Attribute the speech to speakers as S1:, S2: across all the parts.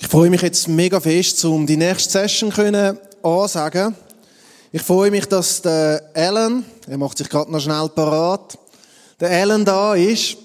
S1: Ich freue mich jetzt mega fest, um die nächste Session können ansagen. Ich freue mich, dass der Alan, er macht sich gerade noch schnell parat, der Alan da ist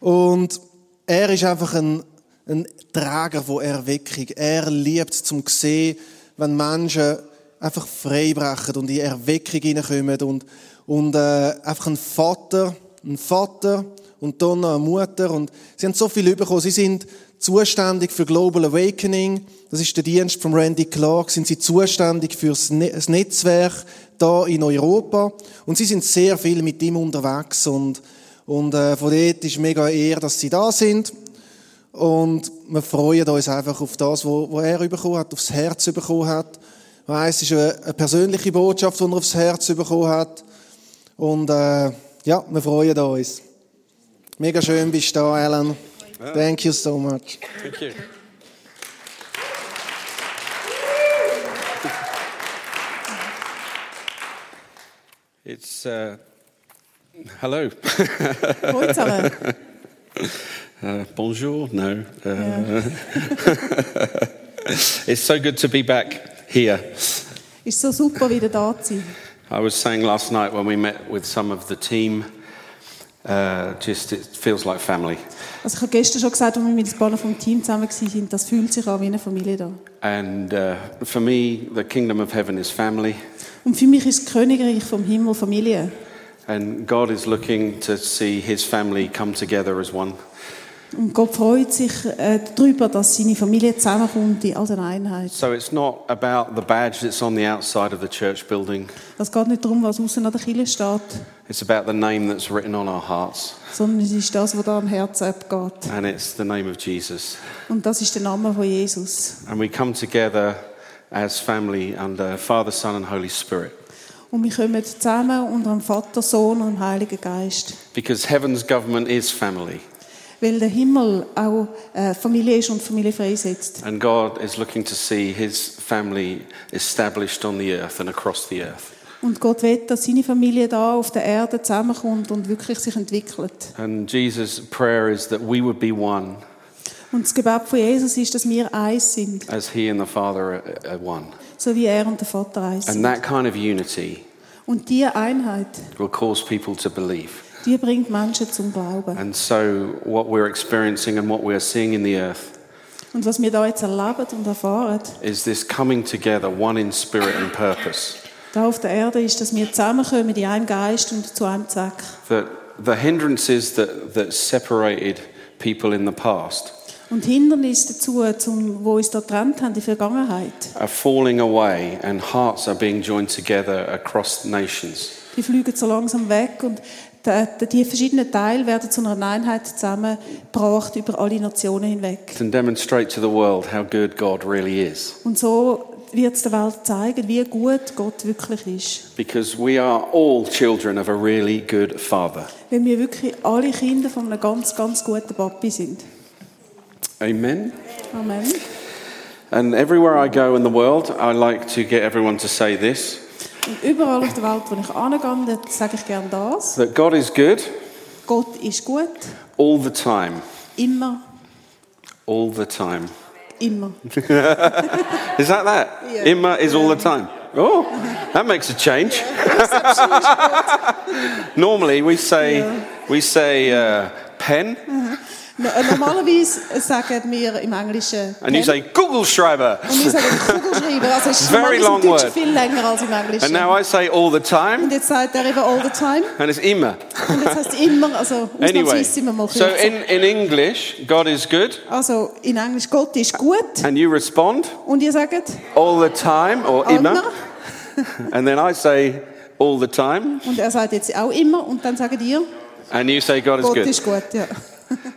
S1: und er ist einfach ein, ein Träger von Erweckung. Er liebt es zum sehen, wenn Menschen einfach freibrechen und in Erweckung hineinkommen und und äh, einfach ein Vater, ein Vater und dann noch eine Mutter und sie haben so viel bekommen. Sie sind zuständig für Global Awakening, das ist der Dienst von Randy Clark, sind sie zuständig für das Netzwerk da in Europa und sie sind sehr viel mit ihm unterwegs und, und äh, von dort ist mega eher, dass sie da sind und wir freuen uns einfach auf das, was er bekommen hat, aufs Herz bekommen hat. Ich weiss, es ist eine, eine persönliche Botschaft, die er aufs Herz bekommen hat und äh, ja, wir freuen uns. Mega schön bist du da, Alan. Thank you so much.
S2: Thank you. It's uh, hello,
S3: Hoi zusammen.
S2: uh, bonjour. No, uh, it's so good to be back here.
S3: Ist so super, wieder da zu sein.
S2: I was saying last night when we met with some of the team, uh, just it feels like family,
S3: Also ich habe gestern schon gesagt, als wir mit ein paar vom Team zusammen waren, das fühlt sich an wie eine Familie da.
S2: and uh, for me, the kingdom of heaven is family,
S3: Und für mich ist das Königreich vom Himmel Familie.
S2: and God is looking to see His family come together as one.
S3: Und Gott freut sich äh, darüber, dass seine Familie zusammenkommt in all der Einheit.
S2: So it's not about the badge that's on the outside of the church building.
S3: Es geht nicht darum, was außen an der Kille steht,
S2: It's about the name that's written on our hearts,
S3: sondern es ist das, was da am Herzen abgeht.
S2: and it's the name of Jesus.
S3: Und das ist der Name von Jesus.
S2: And we come together as family under Father, Son, and Holy Spirit
S3: Und wir kommen zusammen unter dem Vater, Sohn und dem Heiligen Geist.
S2: because heaven's government is family,
S3: Weil der Himmel auch äh, Familie ist und Familie freisetzt.
S2: and God is looking to see His family established on the earth and across the earth.
S3: Und Gott will, dass seine Familie da auf der Erde zusammenkommt und wirklich sich entwickelt.
S2: And Jesus' prayer is that we would be one
S3: Und das Gebet von Jesus ist, dass wir eins sind,
S2: as He and the Father are- are one.
S3: so wie er und der Vater eins
S2: And
S3: sind.
S2: that kind of unity
S3: Und diese Einheit,
S2: will cause people to believe.
S3: die bringt Menschen zum Glauben.
S2: And so, what we're experiencing and what we're seeing in the earth
S3: Und was wir da jetzt erleben und erfahren,
S2: is this coming together, one in spirit and purpose.
S3: da auf der Erde, ist, dass wir zusammenkommen in einem Geist und zu einem Zweck.
S2: That the hindrances that, that separated people in the past
S3: Und Hindernisse dazu, zum, wo uns da getrennt haben, die Vergangenheit,
S2: are falling away, and hearts are being joined together across nations.
S3: die fliegen so langsam weg und die, die- die verschiedenen Teile werden zu einer Einheit zusammengebracht über alle Nationen hinweg.
S2: Can demonstrate to the world how good God really is.
S3: Und so wird es der Welt zeigen, wie gut Gott wirklich ist.
S2: Because we are all children of a really good Father.
S3: Wenn wir wirklich alle Kinder von einem ganz, ganz guten Papi sind.
S2: Amen.
S3: Amen.
S2: And everywhere I go in the world, I like to get everyone to say this
S3: Und überall auf der Welt, wo ich angehe, dort sage ich gerne das.
S2: that God is good
S3: Gott ist gut.
S2: all the time.
S3: Immer.
S2: All the time.
S3: Immer.
S2: Is that that?
S3: Yeah.
S2: Imma is all the time. Oh, that makes a change. Normally we say
S3: Yeah.
S2: we say uh, pen,
S3: No- äh, Normalerweise sagen wir im Englischen
S2: and you
S3: Pen.
S2: say Google Schreiber.
S3: und wir sagen Kugelschreiber. Also es ist
S2: Very
S3: normalerweise im
S2: long
S3: Deutschen
S2: word.
S3: viel länger als im
S2: And
S3: Englischen.
S2: now I say all the
S3: und
S2: time,
S3: jetzt sagt er eben all the time.
S2: and it's Imma.
S3: Und jetzt heißt immer, also
S2: Anyway,
S3: ausnahmsweise sind wir mal
S2: so
S3: kürzer.
S2: in, in English, God is good,
S3: also in Englisch, Gott ist gut.
S2: and you respond
S3: Und ihr sagt?
S2: all the time or
S3: Alma.
S2: Imma, and then I say all the time,
S3: Und er sagt jetzt auch immer und dann sagen ihr,
S2: and you say God is
S3: Gott
S2: good.
S3: ist gut. Ja.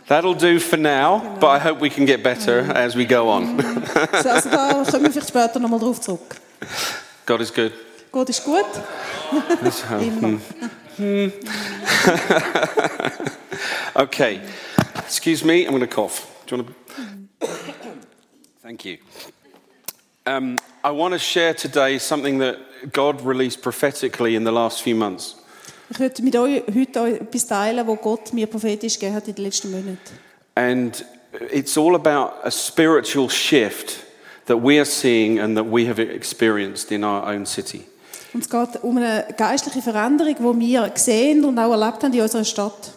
S2: That'll do for now, but I hope we can get better as we go on.
S3: So, also da kommen wir vielleicht später nochmal drauf zurück.
S2: God is good.
S3: Gott ist gut. immer.
S2: Hmm. Okay. Excuse me, I'm going to cough. Do you want to? Thank you. Um, I want to share today something that God released prophetically in the last few months.
S3: Ich möchte mit euch heute euch etwas teilen, was Gott mir prophetisch gegeben hat in den letzten Monaten.
S2: And it's all about a spiritual shift that we are seeing and that we have experienced in our own city.
S3: Und es geht um eine geistliche Veränderung, die wir sehen und auch erlebt haben in unserer Stadt.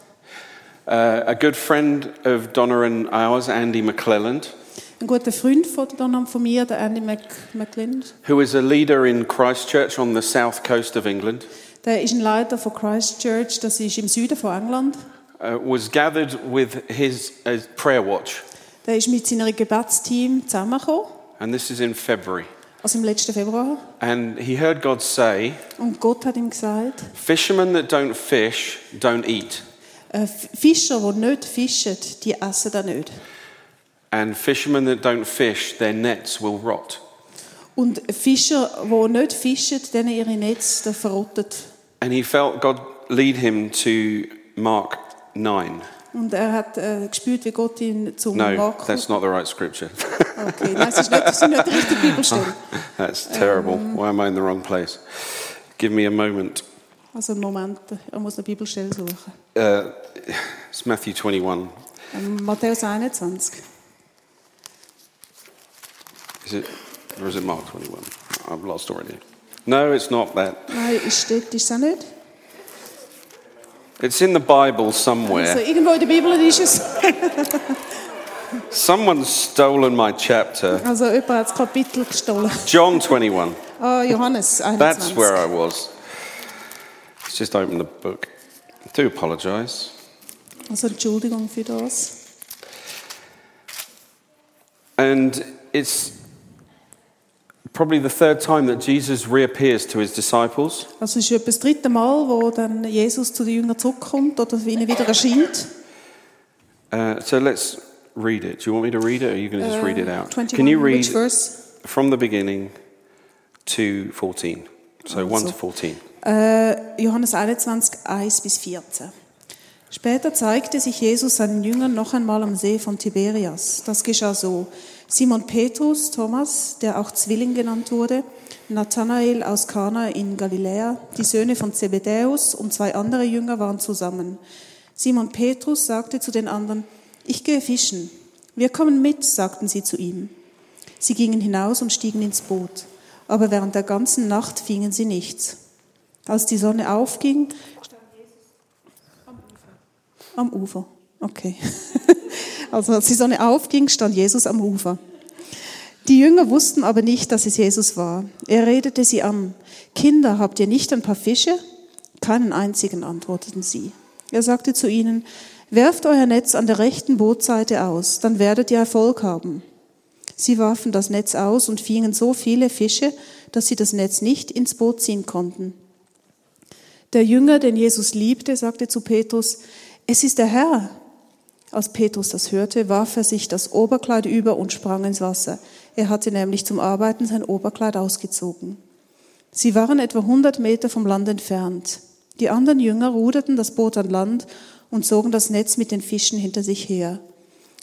S2: Uh, a good friend of Donna and ours, Andy McClelland,
S3: Ein guter Freund von, Donald, von mir, der Andy Mc- McLind,
S2: who is a leader in Christchurch on the south coast of England,
S3: der ist ein Leiter von Christchurch, das ist im Süden von England.
S2: uh, was gathered with his uh, prayer watch,
S3: Der ist mit seinem Gebetsteam zusammengekommen,
S2: and this is in February.
S3: also im letzten Februar.
S2: And he heard God say,
S3: Und Gott hat ihm gesagt,
S2: Fishermen that don't fish don't eat,
S3: äh, F- Fischer, die nicht fischen, die essen das nicht.
S2: and fishermen that don't fish, their nets will rot.
S3: Und Fischer, die nicht fischen, denen ihre Netze verrottet.
S2: And he felt God lead him to Mark 9.
S3: Und er hat äh, gespürt, wie Gott ihn zum
S2: No,
S3: Markus...
S2: that's not the right scripture.
S3: Okay, nein, es ist nicht, es sind nicht die richtige Bibelstelle.
S2: That's terrible. Why am I in the wrong place? Give me a moment.
S3: Also einen Moment, er muss eine Bibelstelle suchen.
S2: Uh, it's Matthew 21.
S3: Ähm, Matthäus 21.
S2: Is it, or is it Mark 21? I've lost already. No, it's not that.
S3: Nein, ist dort ist es auch nicht.
S2: It's in the Bible
S3: Also
S2: somewhere.
S3: irgendwo in der Bibel ist es.
S2: Someone's stolen my chapter.
S3: Also jemand hat das Kapitel gestohlen.
S2: John 21.
S3: Ah, Johannes 21.
S2: That's where I was. Let's just open the book. I do apologize.
S3: Also Entschuldigung für das.
S2: And it's probably the third time that Jesus reappears to his disciples.
S3: Also es ist etwa das dritte Mal, wo dann Jesus zu den Jüngern zurückkommt oder ihnen wieder erscheint.
S2: Uh, so let's read it. Do you want me to read it or are you going to just read it out?
S3: 21,
S2: Can you read
S3: Uh, which verse?
S2: from the beginning to 14? So 1 to
S3: so-
S2: 14.
S3: Äh, Johannes 21, 1 bis 14. Später zeigte sich Jesus seinen Jüngern noch einmal am See von Tiberias. Das geschah so. Simon Petrus, Thomas, der auch Zwilling genannt wurde, Nathanael aus Kana in Galiläa, die Söhne von Zebedäus und zwei andere Jünger waren zusammen. Simon Petrus sagte zu den anderen, ich gehe fischen. Wir kommen mit, sagten sie zu ihm. Sie gingen hinaus und stiegen ins Boot. Aber während der ganzen Nacht fingen sie nichts. Als die Sonne aufging, am Ufer. Okay. Also als die Sonne aufging, stand Jesus am Ufer. Die Jünger wussten aber nicht, dass es Jesus war. Er redete sie an. Kinder, habt ihr nicht ein paar Fische? Keinen einzigen, antworteten sie. Er sagte zu ihnen, werft euer Netz an der rechten Bootseite aus, dann werdet ihr Erfolg haben. Sie warfen das Netz aus und fingen so viele Fische, dass sie das Netz nicht ins Boot ziehen konnten. Der Jünger, den Jesus liebte, sagte zu Petrus, es ist der Herr. Als Petrus das hörte, warf er sich das Oberkleid über und sprang ins Wasser. Er hatte nämlich zum Arbeiten sein Oberkleid ausgezogen. Sie waren etwa 100 Meter vom Land entfernt. Die anderen Jünger ruderten das Boot an Land und zogen das Netz mit den Fischen hinter sich her.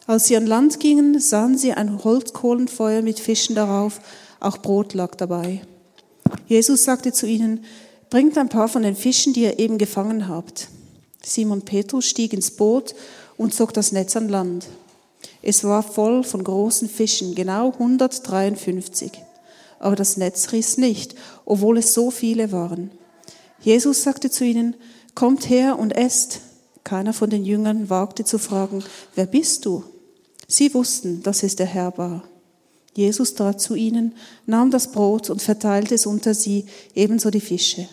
S3: Als sie an Land gingen, sahen sie ein Holzkohlenfeuer mit Fischen darauf, auch Brot lag dabei. Jesus sagte zu ihnen, bringt ein paar von den Fischen, die ihr eben gefangen habt. Simon Petrus stieg ins Boot und zog das Netz an Land. Es war voll von großen Fischen, genau 153. Aber das Netz riss nicht, obwohl es so viele waren. Jesus sagte zu ihnen, kommt her und esst. Keiner von den Jüngern wagte zu fragen, wer bist du? Sie wussten, dass es der Herr war. Jesus trat zu ihnen, nahm das Brot und verteilte es unter sie, ebenso die Fische.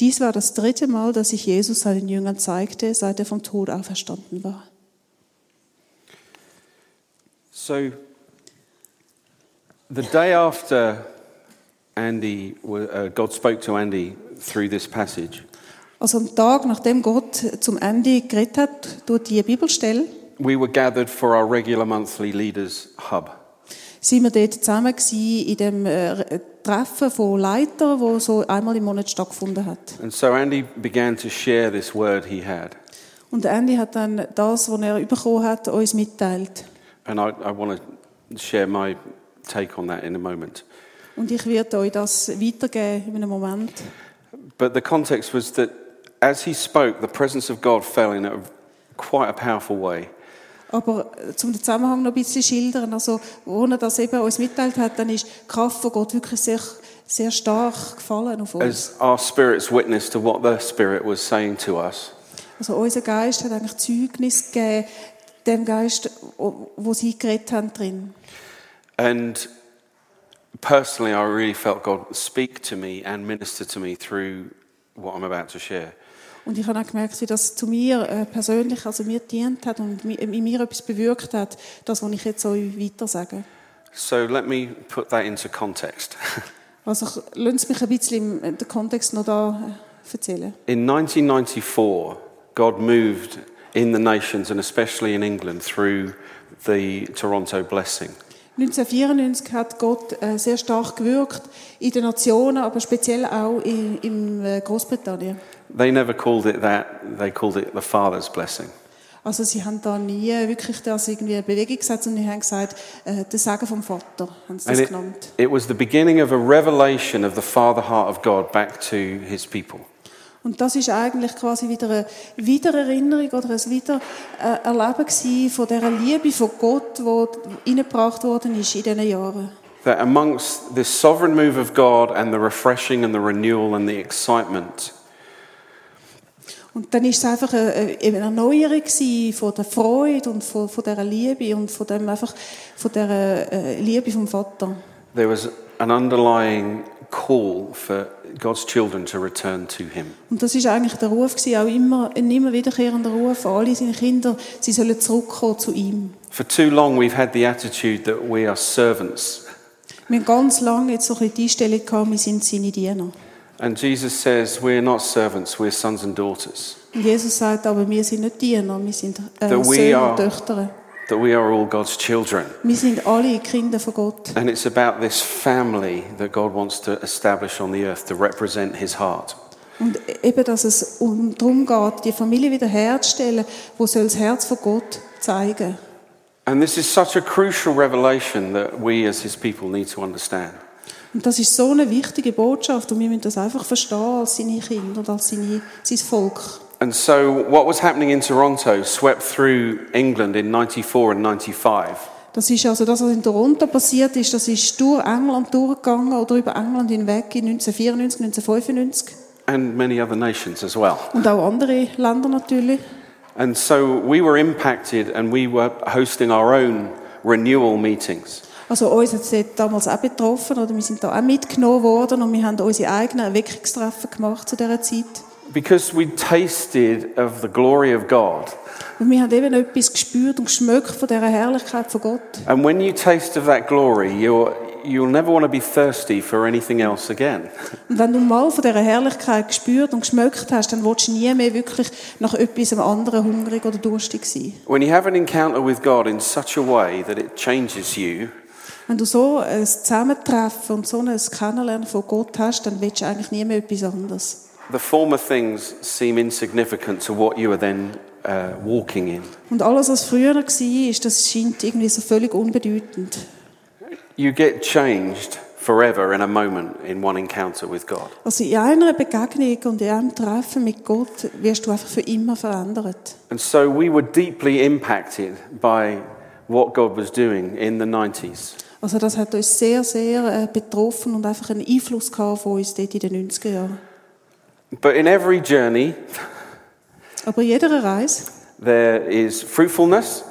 S3: Dies war das dritte Mal, dass sich Jesus seinen Jüngern zeigte, seit er vom Tod auferstanden war.
S2: So the day after Andy, uh, God spoke to Andy through this passage,
S3: Also am Tag, nachdem Gott zum Ende geredet hat, durch die Bibelstelle,
S2: we were gathered for our regular monthly leaders hub.
S3: sind wir dort zusammen gewesen in dem äh, Treffen von Leitern, wo so einmal im Monat stattgefunden hat.
S2: And so Andy began to share this word he had.
S3: Und Andy hat dann das, was er bekommen hat, uns mitteilt.
S2: And I, I want to share my take on that in a moment.
S3: Und ich werde euch das weitergeben in einem Moment.
S2: But the context was that as he spoke, the presence of God fell in a, quite a powerful way.
S3: Aber äh, zum Zusammenhang noch ein bisschen schildern, also, wo er das eben uns mitteilt hat, dann ist die Kraft von Gott wirklich sehr, sehr stark gefallen auf uns.
S2: as our spirits witness to what the Spirit was saying to us.
S3: Also, unser Geist hat eigentlich Zeugnis gegeben, dem Geist, wo wo sie geredet haben drin.
S2: And personally, I really felt God speak to me and minister to me through what I'm about to share.
S3: Und ich habe auch gemerkt, wie das zu mir äh, persönlich, also mir dient hat und mi- in mir etwas bewirkt hat, das, was ich jetzt euch weiter sage.
S2: So let me put that into context.
S3: Also lasst mich ein bisschen im den Kontext noch da äh, erzählen.
S2: In 1994, God moved in the nations and especially in England through the Toronto blessing.
S3: 1994 hat Gott äh, sehr stark gewirkt in den Nationen, aber speziell auch in, in äh, Großbritannien.
S2: They never called it that, they called it the Father's blessing.
S3: Also sie haben da nie wirklich das irgendwie in Bewegung gesetzt und sie haben gesagt, äh, der Segen vom Vater haben sie das
S2: And
S3: genannt.
S2: it, it was the beginning of a revelation of the Father heart of God back to his people.
S3: Und das ist eigentlich quasi wieder eine Wiedererinnerung oder ein Wiedererleben gewesen von dieser Liebe von Gott, die reingebracht worden ist in diesen Jahren.
S2: That amongst this sovereign move of God and the refreshing and the renewal and the excitement,
S3: Und dann ist es einfach eine, eine eben eine Erneuerung gewesen von der Freude und von, von dieser Liebe und von, dem einfach, von dieser äh, Liebe vom Vater.
S2: there was an underlying call for God's children to return to him.
S3: Und das ist eigentlich der Ruf gewesen, auch immer, ein immer wiederkehrender Ruf an alle seine Kinder, sie sollen zurückkommen zu ihm.
S2: For too long, we've had the attitude that we are servants.
S3: Wir haben ganz lange jetzt so ein bisschen die Einstellung gehabt, wir sind seine Diener.
S2: And Jesus says, We're not servants, we're sons and daughters.
S3: Und Jesus sagt aber, wir sind nicht Diener, wir sind äh,
S2: That we
S3: Söhne
S2: are-
S3: und Töchter.
S2: That we are all God's children.
S3: Wir sind alle Kinder von Gott.
S2: And it's about this family that God wants to establish on the earth to represent his heart.
S3: Und eben, dass es um- darum geht, die Familie wieder herzustellen, wo soll das Herz von Gott zeigen.
S2: And this is such a crucial revelation that we as his people need to understand.
S3: Und das ist so eine wichtige Botschaft und wir müssen das einfach verstehen als seine Kinder und als seine, sein Volk.
S2: And so, what was happening in Toronto swept through England in 94 and 95.
S3: Das ist also das, was in Toronto passiert ist, das ist durch England durchgegangen oder über England hinweg in 1994, 1995
S2: And many other nations as well.
S3: und auch andere Länder natürlich.
S2: And so we were impacted and we were hosting our own renewal meetings.
S3: Also uns hat es dort damals auch betroffen oder wir sind da auch mitgenommen worden und wir haben unsere eigenen Erweckungstreffen gemacht zu dieser Zeit.
S2: Because we tasted of the glory of God.
S3: Und wir haben eben etwas gespürt und geschmeckt von dieser Herrlichkeit von Gott.
S2: And when you taste of that glory, you're, you'll never want to be thirsty for anything else again.
S3: Und wenn du mal von dieser Herrlichkeit gespürt und geschmeckt hast, dann willst du nie mehr wirklich nach etwas anderem hungrig oder durstig sein.
S2: When you have an encounter with God in such a way that it changes you,
S3: Wenn du so ein Zusammentreffen und so ein Kennenlernen von Gott hast, dann willst du eigentlich nie mehr etwas anderes.
S2: the former things seem insignificant to what you are then uh, walking in.
S3: Und alles, was früher war, ist, das scheint irgendwie so völlig unbedeutend.
S2: You get changed forever in a moment in one encounter with God.
S3: Also in einer Begegnung und in einem Treffen mit Gott wirst du einfach für immer verändert.
S2: And so we were deeply impacted by what God was doing in the 90s.
S3: Also das hat uns sehr, sehr äh, betroffen und einfach einen Einfluss gehabt von uns dort in den 90er Jahren.
S2: But in every journey,
S3: Aber in jeder Reise
S2: there is fruitfulness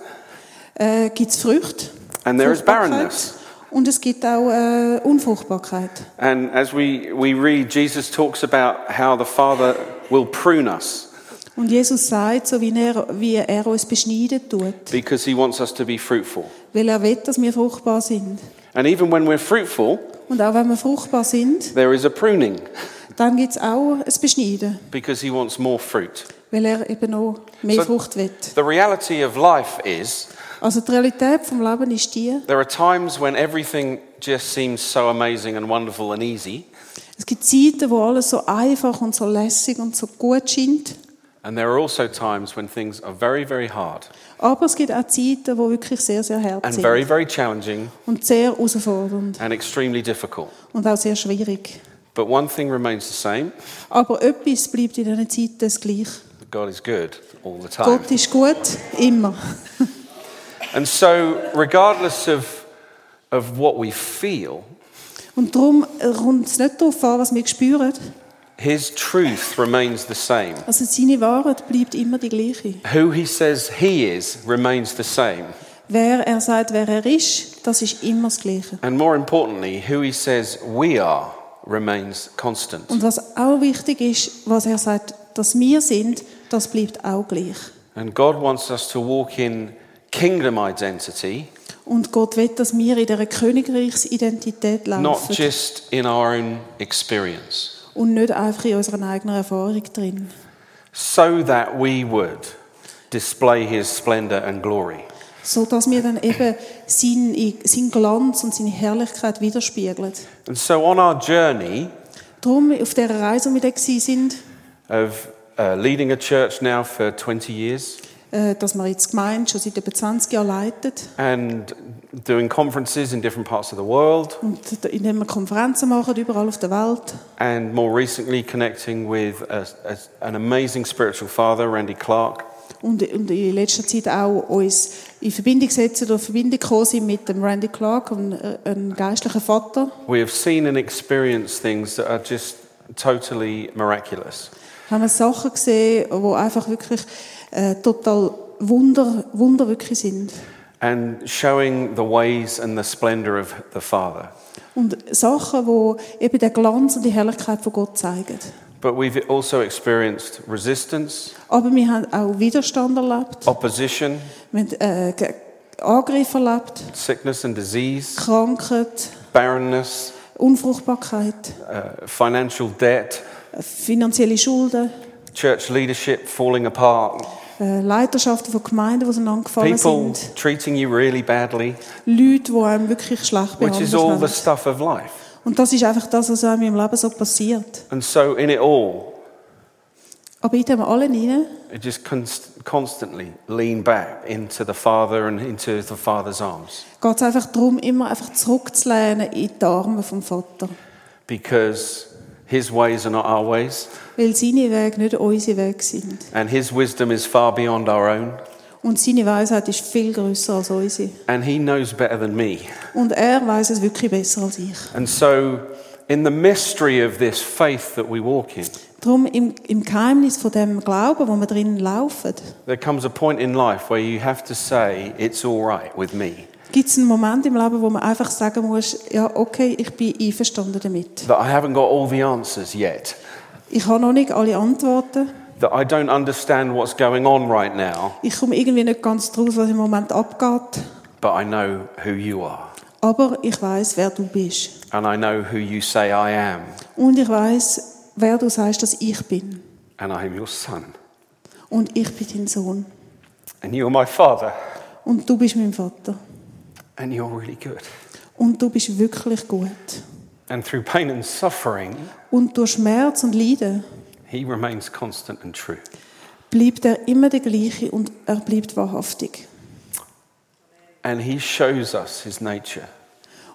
S3: äh, gibt es Früchte.
S2: and there is
S3: Fruchtbarkeit.
S2: barrenness.
S3: Und es gibt auch äh, Unfruchtbarkeit.
S2: And as we, we read, Jesus talks about how the Father will prune us
S3: Und Jesus sagt, so wie er, wie er uns beschneiden tut,
S2: because he wants us to be fruitful.
S3: weil er will, dass wir fruchtbar sind.
S2: And even when we're fruitful,
S3: Und auch wenn wir fruchtbar sind,
S2: there is a pruning
S3: dann gibt es auch ein Beschneiden,
S2: because he wants more fruit.
S3: weil er eben noch mehr
S2: So-
S3: Frucht will.
S2: The reality of life is
S3: Also die Realität vom Leben ist die,
S2: there are times when everything just seems so amazing and wonderful and easy.
S3: es gibt Zeiten, wo alles so einfach und so lässig und so gut scheint.
S2: And there are also times when things are very, very hard
S3: Aber es gibt auch Zeiten, wo wirklich sehr, sehr hart
S2: and
S3: sind
S2: very, very challenging
S3: und sehr herausfordernd
S2: and extremely difficult.
S3: und auch sehr schwierig.
S2: But one thing remains the same
S3: Aber etwas bleibt in diesen Zeiten das gleich.
S2: God is good all the time.
S3: Gott ist gut, immer.
S2: And so, regardless of, of what we feel,
S3: Und darum kommt es nicht darauf an, was wir spüren.
S2: his truth remains the same.
S3: Also seine Wahrheit bleibt immer die gleiche.
S2: Who he says he is remains the same.
S3: Wer er sagt, wer er ist, das ist immer das Gleiche.
S2: And more importantly, who he says we are remains constant.
S3: Und was auch wichtig ist, was er sagt, dass wir sind, das bleibt auch gleich.
S2: And God wants us to walk in kingdom identity,
S3: Und Gott will, dass wir in dieser Königreichsidentität
S2: not
S3: laufen
S2: just in our own experience,
S3: und nicht einfach in unserer eigenen Erfahrung drin,
S2: so that we would display his splendor and glory.
S3: so dass wir dann eben seinen sein Glanz und seine Herrlichkeit widerspiegeln.
S2: And so on our journey
S3: Darum auf dieser Reise, wo wir da gewesen sind,
S2: of uh, leading a church now for 20 years
S3: äh, dass wir jetzt die Gemeinde schon seit etwa 20 Jahren leitet
S2: and doing conferences in different parts of the world,
S3: und indem wir Konferenzen machen überall auf der Welt
S2: and more recently connecting with a, a, an amazing spiritual father, Randy Clark,
S3: und, und in letzter Zeit auch uns in Verbindung setzen oder in Verbindung gekommen sind mit dem Randy Clark, einem, äh, einem geistlichen Vater,
S2: we have seen and experienced things that are just totally miraculous.
S3: haben wir Sachen gesehen, wo einfach wirklich äh, total Wunder, Wunder wirklich sind.
S2: And showing the ways and the splendor of the Father.
S3: Und Sachen, wo eben der Glanz und die Herrlichkeit von Gott zeigen.
S2: But we've also experienced resistance,
S3: Aber wir haben auch Widerstand erlebt,
S2: opposition,
S3: wir haben äh, Ge- Angriffe erlebt,
S2: sickness and disease,
S3: Krankheit,
S2: barrenness,
S3: Unfruchtbarkeit,
S2: uh, financial debt,
S3: äh, finanzielle Schulden,
S2: church leadership falling apart,
S3: äh, Leiterschaften von Gemeinden, die auseinandergefallen
S2: people
S3: sind,
S2: treating you really badly,
S3: Leute, die einem wirklich schlecht
S2: which
S3: behandelt
S2: is all the
S3: haben.
S2: stuff of life.
S3: Und das ist einfach das, was einem im Leben so passiert.
S2: And so, in it all,
S3: Aber in dem allen hinein
S2: I just const- constantly lean back into the Father and into the Father's arms
S3: geht es einfach darum, immer einfach zurückzulehnen in die Arme vom Vater.
S2: because His ways are not our ways
S3: Weil seine Wege nicht unsere Wege sind.
S2: and His wisdom is far beyond our own.
S3: Und seine Weisheit ist viel größer als unsere.
S2: And He knows better than me.
S3: Und er weiß es wirklich besser als ich.
S2: And so, in the mystery of this faith that we walk in,
S3: Darum im, im Geheimnis von dem Glauben, wo wir drinnen laufen,
S2: there comes a point in life where you have to say, It's all right with me.
S3: gibt es einen Moment im Leben, wo man einfach sagen muss, ja, okay, ich bin einverstanden damit.
S2: That I haven't got all the answers yet.
S3: Ich habe noch nicht alle Antworten.
S2: That I don't understand what's going on right now,
S3: Ich komme irgendwie nicht ganz draus, was im Moment abgeht.
S2: but I know who you are.
S3: Aber ich weiß, wer du bist.
S2: And I know who you say I am,
S3: Und ich weiß, wer du sagst, dass ich bin.
S2: and I am your son,
S3: Und ich bin dein Sohn.
S2: and you are my father,
S3: Und du bist mein Vater.
S2: and you're really good.
S3: Und du bist wirklich gut.
S2: And through pain and suffering,
S3: Und durch Schmerz und Leiden
S2: he remains constant and true.
S3: bleibt er immer der gleiche und er bleibt wahrhaftig.
S2: And he shows us his nature,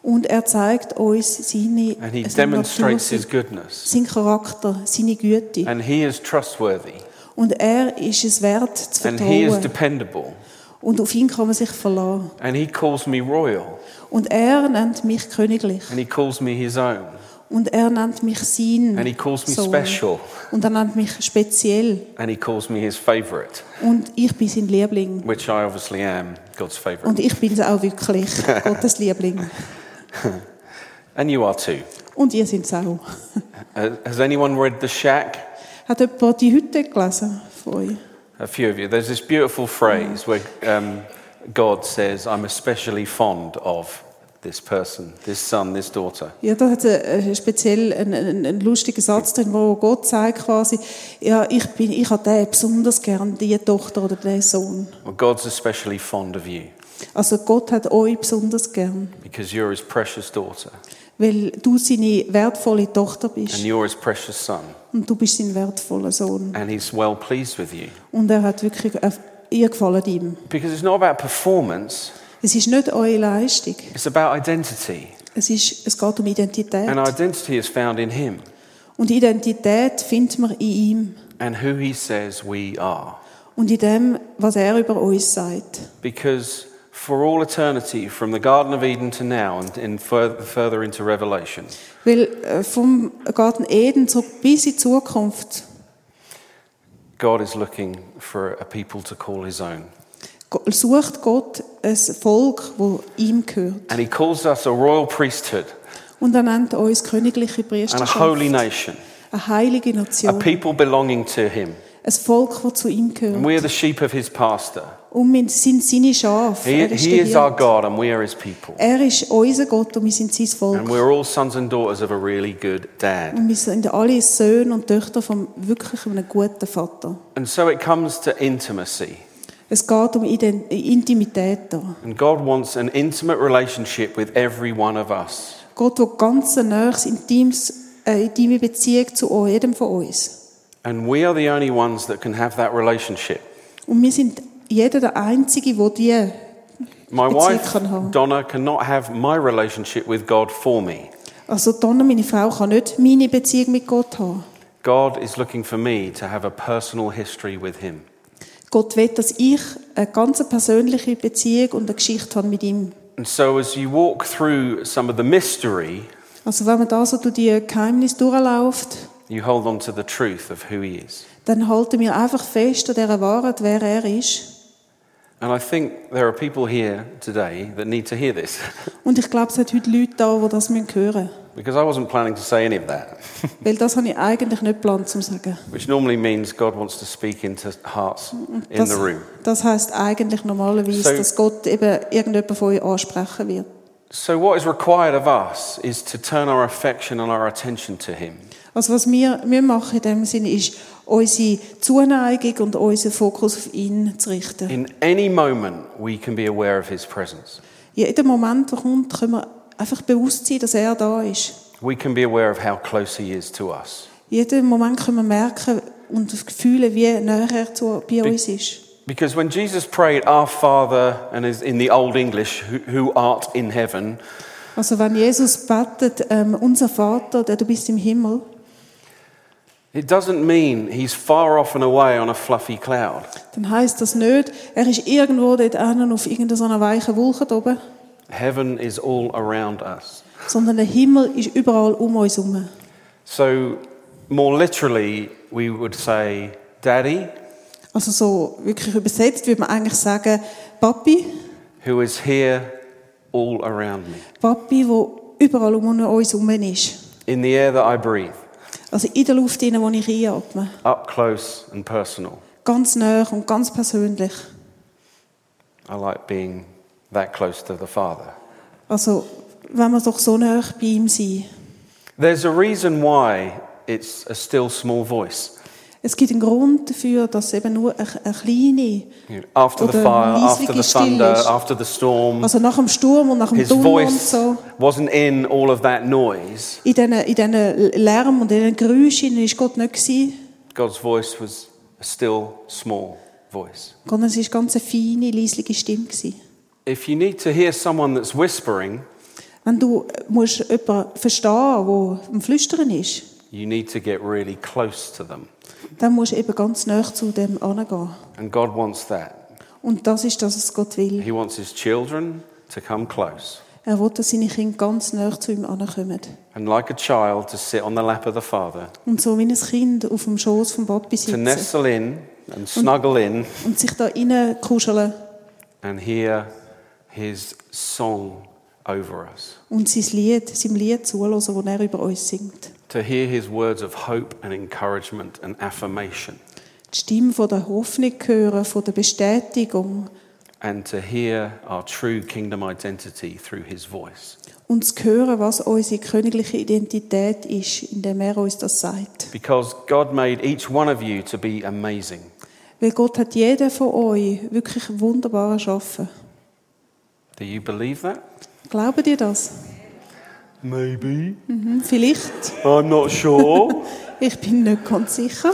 S3: Und er zeigt uns seine,
S2: and he
S3: seine
S2: demonstrates
S3: Natur,
S2: his goodness,
S3: seinen Charakter, seine Güte.
S2: and he is trustworthy,
S3: Und er ist es wert zu
S2: and he is
S3: vertrauen.
S2: dependable,
S3: Und auf ihn kann man sich verlassen.
S2: and he calls me royal,
S3: Und er nennt mich königlich.
S2: and he calls me his own,
S3: Und er nennt mich sein
S2: and he calls me
S3: Sohn.
S2: special,
S3: Und er nennt mich speziell.
S2: and he calls me his favorite,
S3: Und ich bin sein Liebling.
S2: which I obviously am, God's
S3: Und
S2: favorite.
S3: ich bin es auch wirklich, Gottes Liebling.
S2: And you are too.
S3: Und ihr seid es auch.
S2: Uh, Has anyone read The Shack?
S3: Hat jemand die Hütte gelesen von euch?
S2: A few of you. There's this beautiful phrase where um, God says, I'm especially fond of this person, this son, this daughter.
S3: Ja, da hat es speziell einen, einen, einen lustigen Satz drin, wo Gott sagt quasi, ja, ich bin, ich habe den besonders gern, die Tochter oder den Sohn.
S2: Well, God's especially fond of you
S3: Also Gott hat euch besonders gern,
S2: because you're his precious daughter
S3: weil du seine wertvolle Tochter
S2: and
S3: bist
S2: you're his precious son.
S3: und du bist sein wertvoller Sohn.
S2: And he's well pleased with you
S3: Und er hat wirklich, er, ihr gefallen ihm.
S2: because it's not about performance,
S3: Es ist nicht eure Leistung,
S2: it's about identity.
S3: es, ist, es geht um Identität.
S2: And identity is found in him
S3: Und Identität findet man in ihm
S2: and who he says we are
S3: und in dem, was er über uns sagt.
S2: because for all eternity, from the Garden of Eden to now, and in further, further into Revelation.
S3: Weil äh, vom Garten Eden zurück bis in die Zukunft,
S2: God is looking for a people to call his own.
S3: go- sucht Gott ein Volk, wo ihm gehört.
S2: And he calls us a royal priesthood
S3: Und er nennt uns königliche
S2: and a
S3: Priesterschaft,
S2: holy nation,
S3: eine heilige
S2: a
S3: Nation,
S2: people belonging to him.
S3: ein Volk, wo zu ihm
S2: And we
S3: gehört.
S2: are the sheep of his pastor.
S3: Und wir sind seine Schafe.
S2: He,
S3: er, ist
S2: he
S3: der
S2: is our
S3: Hirte.
S2: God and we are his people.
S3: er ist unser Gott und wir sind sein
S2: And
S3: Volk.
S2: we're all sons and daughters of a really good dad.
S3: Und wir sind alle Söhne und Töchter von wirklich einem guten Vater.
S2: And so it comes to intimacy.
S3: Es geht um Ident- Intimität da.
S2: And God wants an intimate relationship with every one of us.
S3: Gott will ganz ein nahes, intimes, äh, intime Beziehung zu euch, jedem von uns.
S2: And we are the only ones that can have that relationship.
S3: Und wir sind jeder der Einzige, der die
S2: My
S3: Beziehung
S2: wife,
S3: kann haben.
S2: Donna, cannot have my relationship with God for me.
S3: Also Donna, meine Frau, kann nicht meine Beziehung mit Gott haben.
S2: God is looking for me to have a personal history with Him.
S3: Gott will, dass ich eine ganz persönliche Beziehung und eine Geschichte habe mit ihm.
S2: And so, as you walk through some of the mystery,
S3: Also wenn man da so durch die Geheimnisse durchläuft,
S2: you hold on to the truth of who He is.
S3: dann halten wir einfach fest an dieser Wahrheit, wer er ist.
S2: And I think there are people here today that need to hear this
S3: Und ich glaube, es hat heute Leute da, die das hören müssen.
S2: because I wasn't planning to say any of that,
S3: Weil das habe ich eigentlich nicht geplant zu sagen.
S2: which normally means God wants to speak into hearts in
S3: Das,
S2: the room.
S3: das heißt eigentlich normalerweise,
S2: So-
S3: dass Gott eben irgendjemand von euch ansprechen wird.
S2: So, what is required of us is to turn our affection and our attention to Him.
S3: Also was wir, wir machen in dem Sinne ist, unsere Zuneigung und unseren Fokus auf ihn zu richten.
S2: In any moment, we can be aware of His presence.
S3: Jeden Moment, der kommt, können wir einfach bewusst sein, dass er da ist.
S2: We can be aware of how close He is to us.
S3: Jeden Moment können wir merken und fühlen, wie näher er zu, bei uns ist.
S2: Because when Jesus prayed, Our Father, and is in the Old English, who, who art in heaven,
S3: Also wenn Jesus betet, ähm, unser Vater, der du bist im Himmel,
S2: it doesn't mean He's far off and away on a fluffy cloud.
S3: dann heißt das nicht, er ist irgendwo dort hinten auf irgendeiner weichen Wolke da oben,
S2: Heaven is all around us.
S3: sondern der Himmel ist überall um uns herum.
S2: So, more literally, we would say, Daddy,
S3: Also so wirklich übersetzt würde man eigentlich sagen, Papi,
S2: who is here all around me,
S3: Papi, wo überall um uns herum ist.
S2: in the air that I breathe,
S3: Also in der Luft, in der ich einatme.
S2: up close and personal.
S3: Ganz nah und ganz persönlich.
S2: I like being that close to the Father.
S3: Also wenn wir doch so nah bei ihm sind.
S2: There's a reason why it's a still small voice.
S3: Es gibt einen Grund dafür, dass eben nur eine, eine kleine,
S2: You know, after the
S3: Oder
S2: fire, after
S3: riesige
S2: the
S3: Stille
S2: thunder,
S3: ist.
S2: after the storm,
S3: also nach dem Sturm und nach dem
S2: his
S3: Donner und
S2: voice
S3: so,
S2: wasn't in all of that noise.
S3: in diesen, in diesen Lärm und in diesen Geräuschen war Gott nicht. Gewesen.
S2: God's voice was a still small voice.
S3: Gott, es war ganz eine feine, leislige Stimme. Gewesen.
S2: If you need to hear someone that's whispering,
S3: Wenn du äh, musst jemanden verstehen der am Flüstern ist,
S2: you need to get really close to them.
S3: dann musst du eben ganz nah zu dem herangehen.
S2: And God wants that.
S3: Und das ist das, was Gott will.
S2: He wants his children to come close
S3: Er will, dass seine Kinder ganz nah zu ihm herankommen.
S2: and, like a child, to sit on the lap of the Father,
S3: Und so wie ein Kind auf dem Schoß vom Papi
S2: to
S3: sitzen
S2: nestle in and snuggle in
S3: und sich da reinkuscheln
S2: and hear his song over us,
S3: und sein Lied, seinem Lied zuhören, das er über uns singt.
S2: to hear his words of hope and encouragement and affirmation,
S3: Die Stimme von der Hoffnung hören, von der Bestätigung
S2: and to hear our true kingdom identity through his voice.
S3: und zu hören, was unsere königliche Identität ist, indem er uns das sagt.
S2: Because God made each one of you to be amazing.
S3: Weil Gott hat jeden von euch wirklich wunderbar erschaffen.
S2: Do you believe that?
S3: Glauben dir das?
S2: Maybe.
S3: Hm, vielleicht.
S2: I'm not sure.
S3: Ich bin nicht ganz sicher.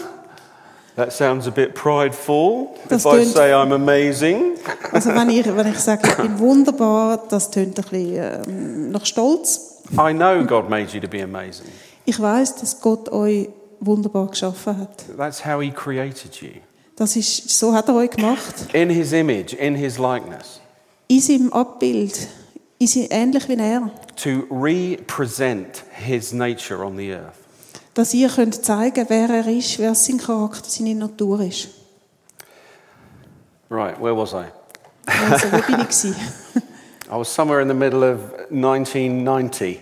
S2: That sounds a bit prideful.
S3: Das
S2: if I
S3: tönt-
S2: say I'm amazing,
S3: Also wenn ich, wenn ich sage, ich bin wunderbar, das tönt ein bisschen ähm, nach Stolz.
S2: I know God made you to be amazing.
S3: Ich weiß, dass Gott euch wunderbar geschaffen hat.
S2: That's how He created you.
S3: Das ist, so hat er euch gemacht.
S2: In His image, in His likeness.
S3: in seinem Abbild, in sie, ähnlich wie er,
S2: to represent his nature on the earth.
S3: dass ihr könnt zeigen, wer er ist, wer sein Charakter, seine Natur ist.
S2: Right, where was I?
S3: Also, wo bin ich gewesen?
S2: I was somewhere in the middle of 1990.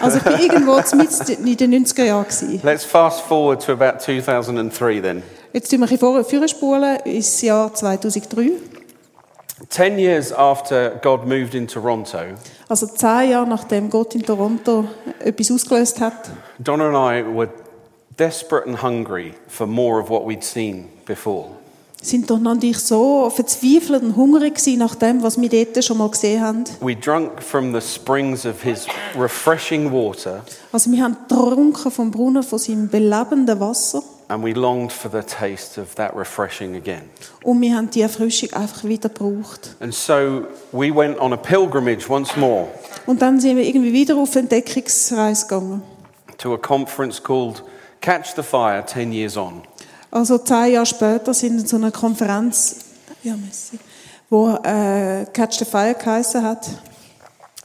S3: Also ich bin irgendwo mit in den 90er Jahren gewesen.
S2: Let's fast forward to about 2003 then.
S3: Jetzt tun wir ein bisschen vor- vorspulen ins Jahr 2003.
S2: 10 years after God moved in Toronto,
S3: Also zehn Jahre nachdem Gott in Toronto etwas ausgelöst hat,
S2: Donna and I were desperate and hungry for more of what we'd seen before.
S3: sind Donna und ich so verzweifelt und hungrig gewesen nach dem, was wir dort schon mal gesehen haben.
S2: We drunk from the springs of his refreshing water
S3: Also wir haben getrunken vom Brunnen, von seinem belebenden Wasser
S2: and we longed for the taste of that refreshing again.
S3: und wir haben die Erfrischung einfach wieder gebraucht.
S2: And so we went on a pilgrimage once more
S3: Und dann sind wir irgendwie wieder auf Entdeckungsreise gegangen.
S2: to a conference called Catch the Fire 10 Years On.
S3: Also zehn Jahre später sind wir zu einer Konferenz, ja, merci, wo äh, Catch the Fire geheissen hat.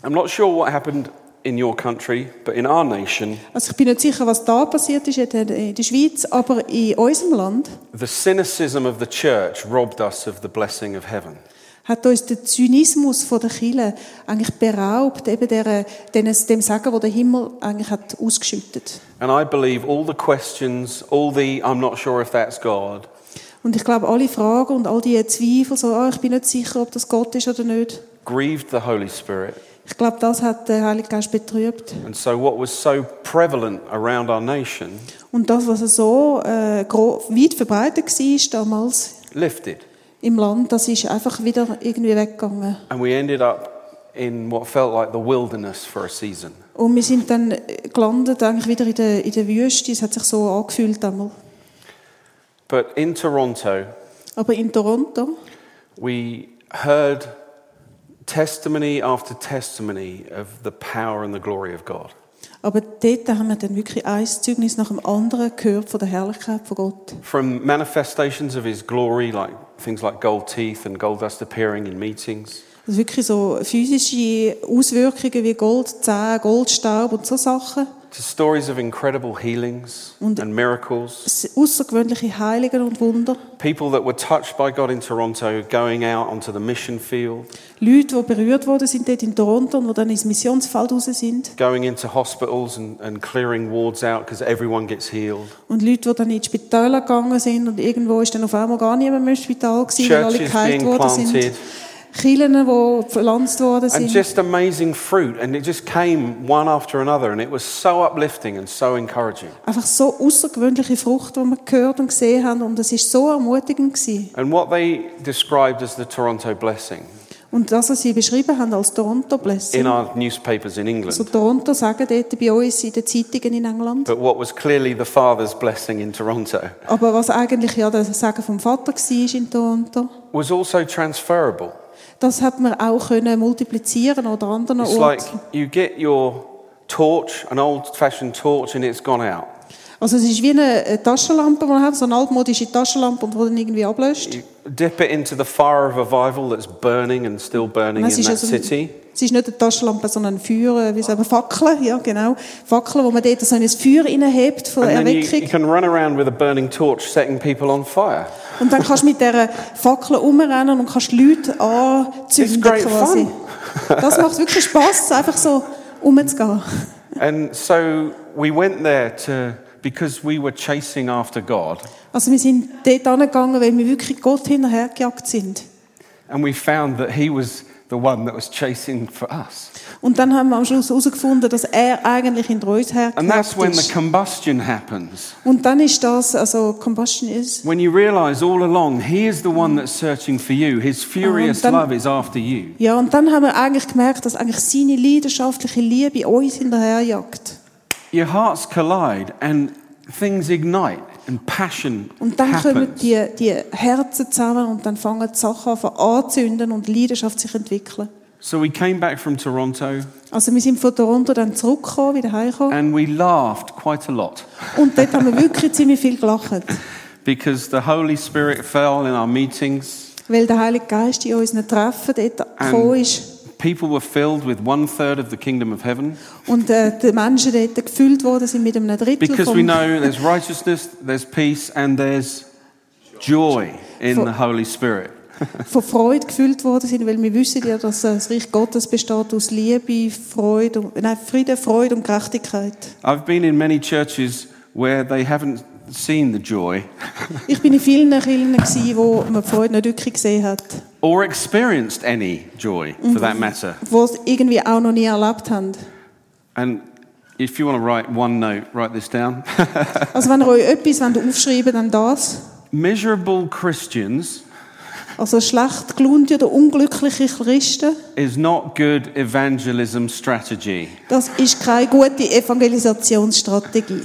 S2: I'm not sure what happened in your country, but in our nation,
S3: Also ich bin nicht sicher, was da passiert ist in der- in der Schweiz, aber in unserem Land
S2: the cynicism of the church robbed us of the blessing of heaven.
S3: hat uns der Zynismus von der Kirche eigentlich beraubt, eben der, den, dem Segen, wo der Himmel eigentlich hat ausgeschüttet.
S2: And I believe all the questions, all the I'm not sure if that's God,
S3: Und ich glaube, alle Fragen und all die Zweifel, so, ah, ich bin nicht sicher, ob das Gott ist oder nicht,
S2: grieved the Holy Spirit.
S3: ich glaube, das hat der Heilige Geist betrübt.
S2: And so, what was so prevalent around our nation
S3: Und das, was so äh, gro- weit verbreitet war damals
S2: lifted.
S3: im Land, das ist einfach wieder irgendwie weggegangen.
S2: And we ended up in what felt like the wilderness for a season.
S3: Und wir sind dann äh, gelandet eigentlich wieder in der, in der Wüste. Es hat sich so angefühlt einmal.
S2: But in Toronto,
S3: Aber in Toronto
S2: we heard testimony after testimony of the power and the glory of God.
S3: Aber dort haben wir dann wirklich ein Zeugnis nach dem anderen gehört von der Herrlichkeit von Gott.
S2: From manifestations of his glory, like things like gold teeth and gold dust appearing in meetings,
S3: Also wirklich so physische Auswirkungen wie Goldzähne, Goldstaub und so Sachen.
S2: to stories of incredible healings
S3: Und-
S2: and miracles.
S3: Außergewöhnliche Heiligen und Wunder.
S2: People that were touched by God in Toronto going out onto the mission field,
S3: Leute, die berührt worden sind dort in Toronto und die dann ins Missionsfeld raus sind.
S2: going into hospitals and, and clearing wards out because everyone gets healed.
S3: Und Leute, die dann ins Spital gegangen sind und irgendwo ist dann auf einmal gar niemand mehr im Spital gewesen, weil alle
S2: Churches
S3: geheilt
S2: being
S3: worden sind.
S2: planted.
S3: Kirchen, die verlanzt worden
S2: And
S3: sind.
S2: just amazing fruit. And it just came one after another. And it was so uplifting and so encouraging.
S3: Einfach so außergewöhnliche Frucht, die wir gehört und gesehen haben. Und es ist so ermutigend. Gewesen.
S2: And what they described as the Toronto blessing
S3: Und das, was Sie beschrieben haben als Toronto
S2: in
S3: Blessing,
S2: our newspapers in
S3: also
S2: England,
S3: Toronto sagen dort bei uns in den Zeitungen in England.
S2: but what was clearly the Father's blessing in Toronto,
S3: Aber was eigentlich ja das Sagen vom Vater war in Toronto,
S2: was also transferable.
S3: das hat man auch können multiplizieren oder anderen
S2: It's like
S3: Orten.
S2: you get your torch, an old fashioned torch, and it's gone out.
S3: Also es ist wie eine äh, Taschenlampe, die man hat, so eine altmodische Taschenlampe, und die dann irgendwie ablöscht.
S2: You dip it into the fire of revival that's burning and still burning
S3: Nein,
S2: in that
S3: also
S2: city.
S3: es ist nicht eine Taschenlampe, sondern ein Feuer, äh, wie sagen wir, Fackeln, ja genau. Fackeln, wo man dort so ein Feuer reinhebt von
S2: And
S3: der
S2: then you, you
S3: Erweckung.
S2: can run around with a burning torch setting people on fire.
S3: Und dann kannst du mit dieser Fackel umrennen und kannst die Leute anzünden
S2: It's great
S3: quasi. Das macht wirklich Spass, einfach so umzugehen.
S2: And so we went there to, because we were chasing after God,
S3: Also wir sind dort angegangen, weil wir wirklich Gott hinterhergejagt sind.
S2: and we found that He was the one that was chasing for us.
S3: Und dann haben wir am Schluss herausgefunden, dass er eigentlich hinter uns
S2: And that's
S3: hergejagt
S2: when the
S3: ist.
S2: combustion happens.
S3: Und dann ist das, also Combustion ist...
S2: When you realize all along, He is the one that's searching for you. His furious
S3: dann-
S2: love is after you.
S3: Ja, und dann haben wir eigentlich gemerkt, dass eigentlich seine leidenschaftliche Liebe uns hinterherjagt.
S2: Your hearts collide and things ignite and passion
S3: Und dann kommen
S2: happens.
S3: die, die Herzen zusammen und dann fangen die Sachen an, anzünden und die Leidenschaft sich entwickeln.
S2: So we came back from Toronto
S3: Also wir sind von Toronto dann zurückgekommen, wieder heimgekommen.
S2: and we laughed quite a lot
S3: Und dort haben wir wirklich ziemlich viel gelacht.
S2: because the Holy Spirit fell in our meetings.
S3: Weil der Heilige Geist in unseren Treffen
S2: Ähm.
S3: dort gekommen ist
S2: People were filled with one third of the kingdom of heaven
S3: und äh, die Menschen dort gefüllt worden sind mit einem Drittel
S2: because we
S3: vom,
S2: know there's righteousness, there's peace, and there's joy in the Holy Spirit.
S3: von Freude gefüllt worden sind, weil wir wissen ja, dass äh, das Reich Gottes besteht aus Liebe, Freude, und, nein, Frieden, Freude und Gerechtigkeit.
S2: I've been in many churches where they haven't seen the joy
S3: Ich bin in vielen Kirchen gsi, wo man die Freude nicht wirklich gesehen hat,
S2: or experienced any joy for that matter.
S3: wo es irgendwie auch noch nie erlebt haben.
S2: And if you want to write one note, write this down.
S3: Also wenn ihr euch etwas wollt aufschreiben dann das.
S2: Miserable Christians
S3: Also schlecht gelaunte oder unglückliche Christen,
S2: is not good evangelism strategy.
S3: das ist keine gute Evangelisationsstrategie.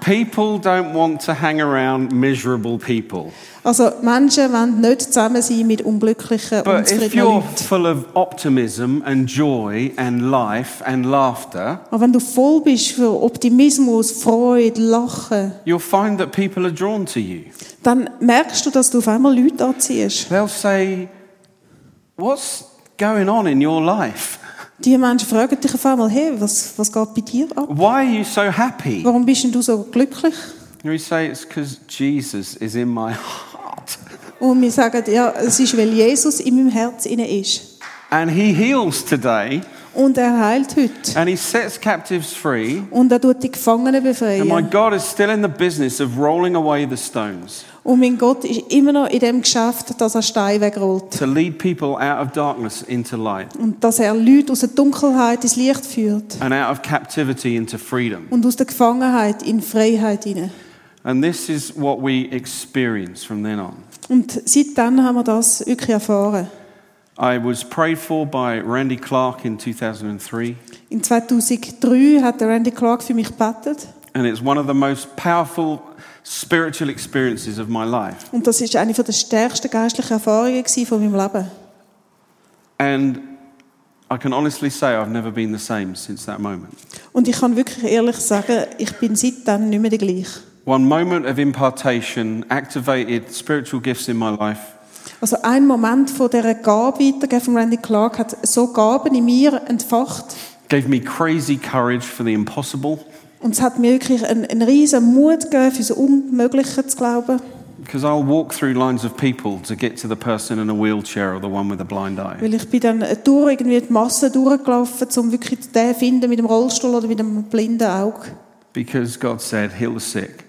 S2: People don't want to hang around miserable people.
S3: Also Menschen wollen nicht zusammen sein mit unglücklichen,
S2: But if
S3: unzufriedenen
S2: you're
S3: Leuten.
S2: full of optimism and joy and life and laughter,
S3: Aber wenn du voll bist für Optimismus, Freude, Lachen,
S2: you'll find that people are drawn to you.
S3: dann merkst du, dass du auf einmal Leute anziehst.
S2: They'll say, What's going on in your life?
S3: Die Menschen fragen dich auf einmal, hey, was, was geht bei dir ab?
S2: Why are you so happy?
S3: Warum bist denn du so glücklich?
S2: And we say, It's because Jesus is in my heart
S3: Und wir sagen, ja, es ist, weil Jesus in meinem Herz inne ist.
S2: and he heals today.
S3: Und er heilt heute.
S2: and he sets captives free.
S3: Und er tut die Gefangenen
S2: And my
S3: befreien.
S2: God is still in the business of rolling away the stones
S3: Und mein Gott ist immer noch in dem Geschäft, dass er Steine wegrollt.
S2: to lead people out of darkness into light
S3: Und dass er Leute aus der Dunkelheit ins Licht führt.
S2: and out of captivity into freedom.
S3: Und aus der Gefangenheit in Freiheit hinein.
S2: And this is what we experience from then on.
S3: Und seitdem haben wir das wirklich erfahren.
S2: I was prayed for by Randy Clark in 2003,
S3: In 2003 hat der Randy Clark für mich gebetet.
S2: and it's one of the most powerful spiritual experiences of my life.
S3: Und das ist eine der stärksten geistlichen Erfahrungen gewesen von meinem Leben.
S2: And I can honestly say I've never been the same since that moment.
S3: Und ich kann wirklich ehrlich sagen, ich bin seitdem nicht mehr der gleiche.
S2: One moment of impartation activated spiritual gifts in my life
S3: Also ein Moment von dieser Gabe weitergeben von Randy Clark hat so Gaben in mir entfacht.
S2: gave me crazy courage for the impossible
S3: Und es hat mir wirklich einen, einen riesen Mut gegeben, für das Unmögliche zu glauben.
S2: because I'll walk through lines of people to get to the person in a wheelchair or the one with a blind eye.
S3: Weil ich bin dann durch irgendwie die Masse durchgelaufen, um wirklich den zu finden mit dem Rollstuhl oder mit dem blinden Auge.
S2: Because God said, heal the sick,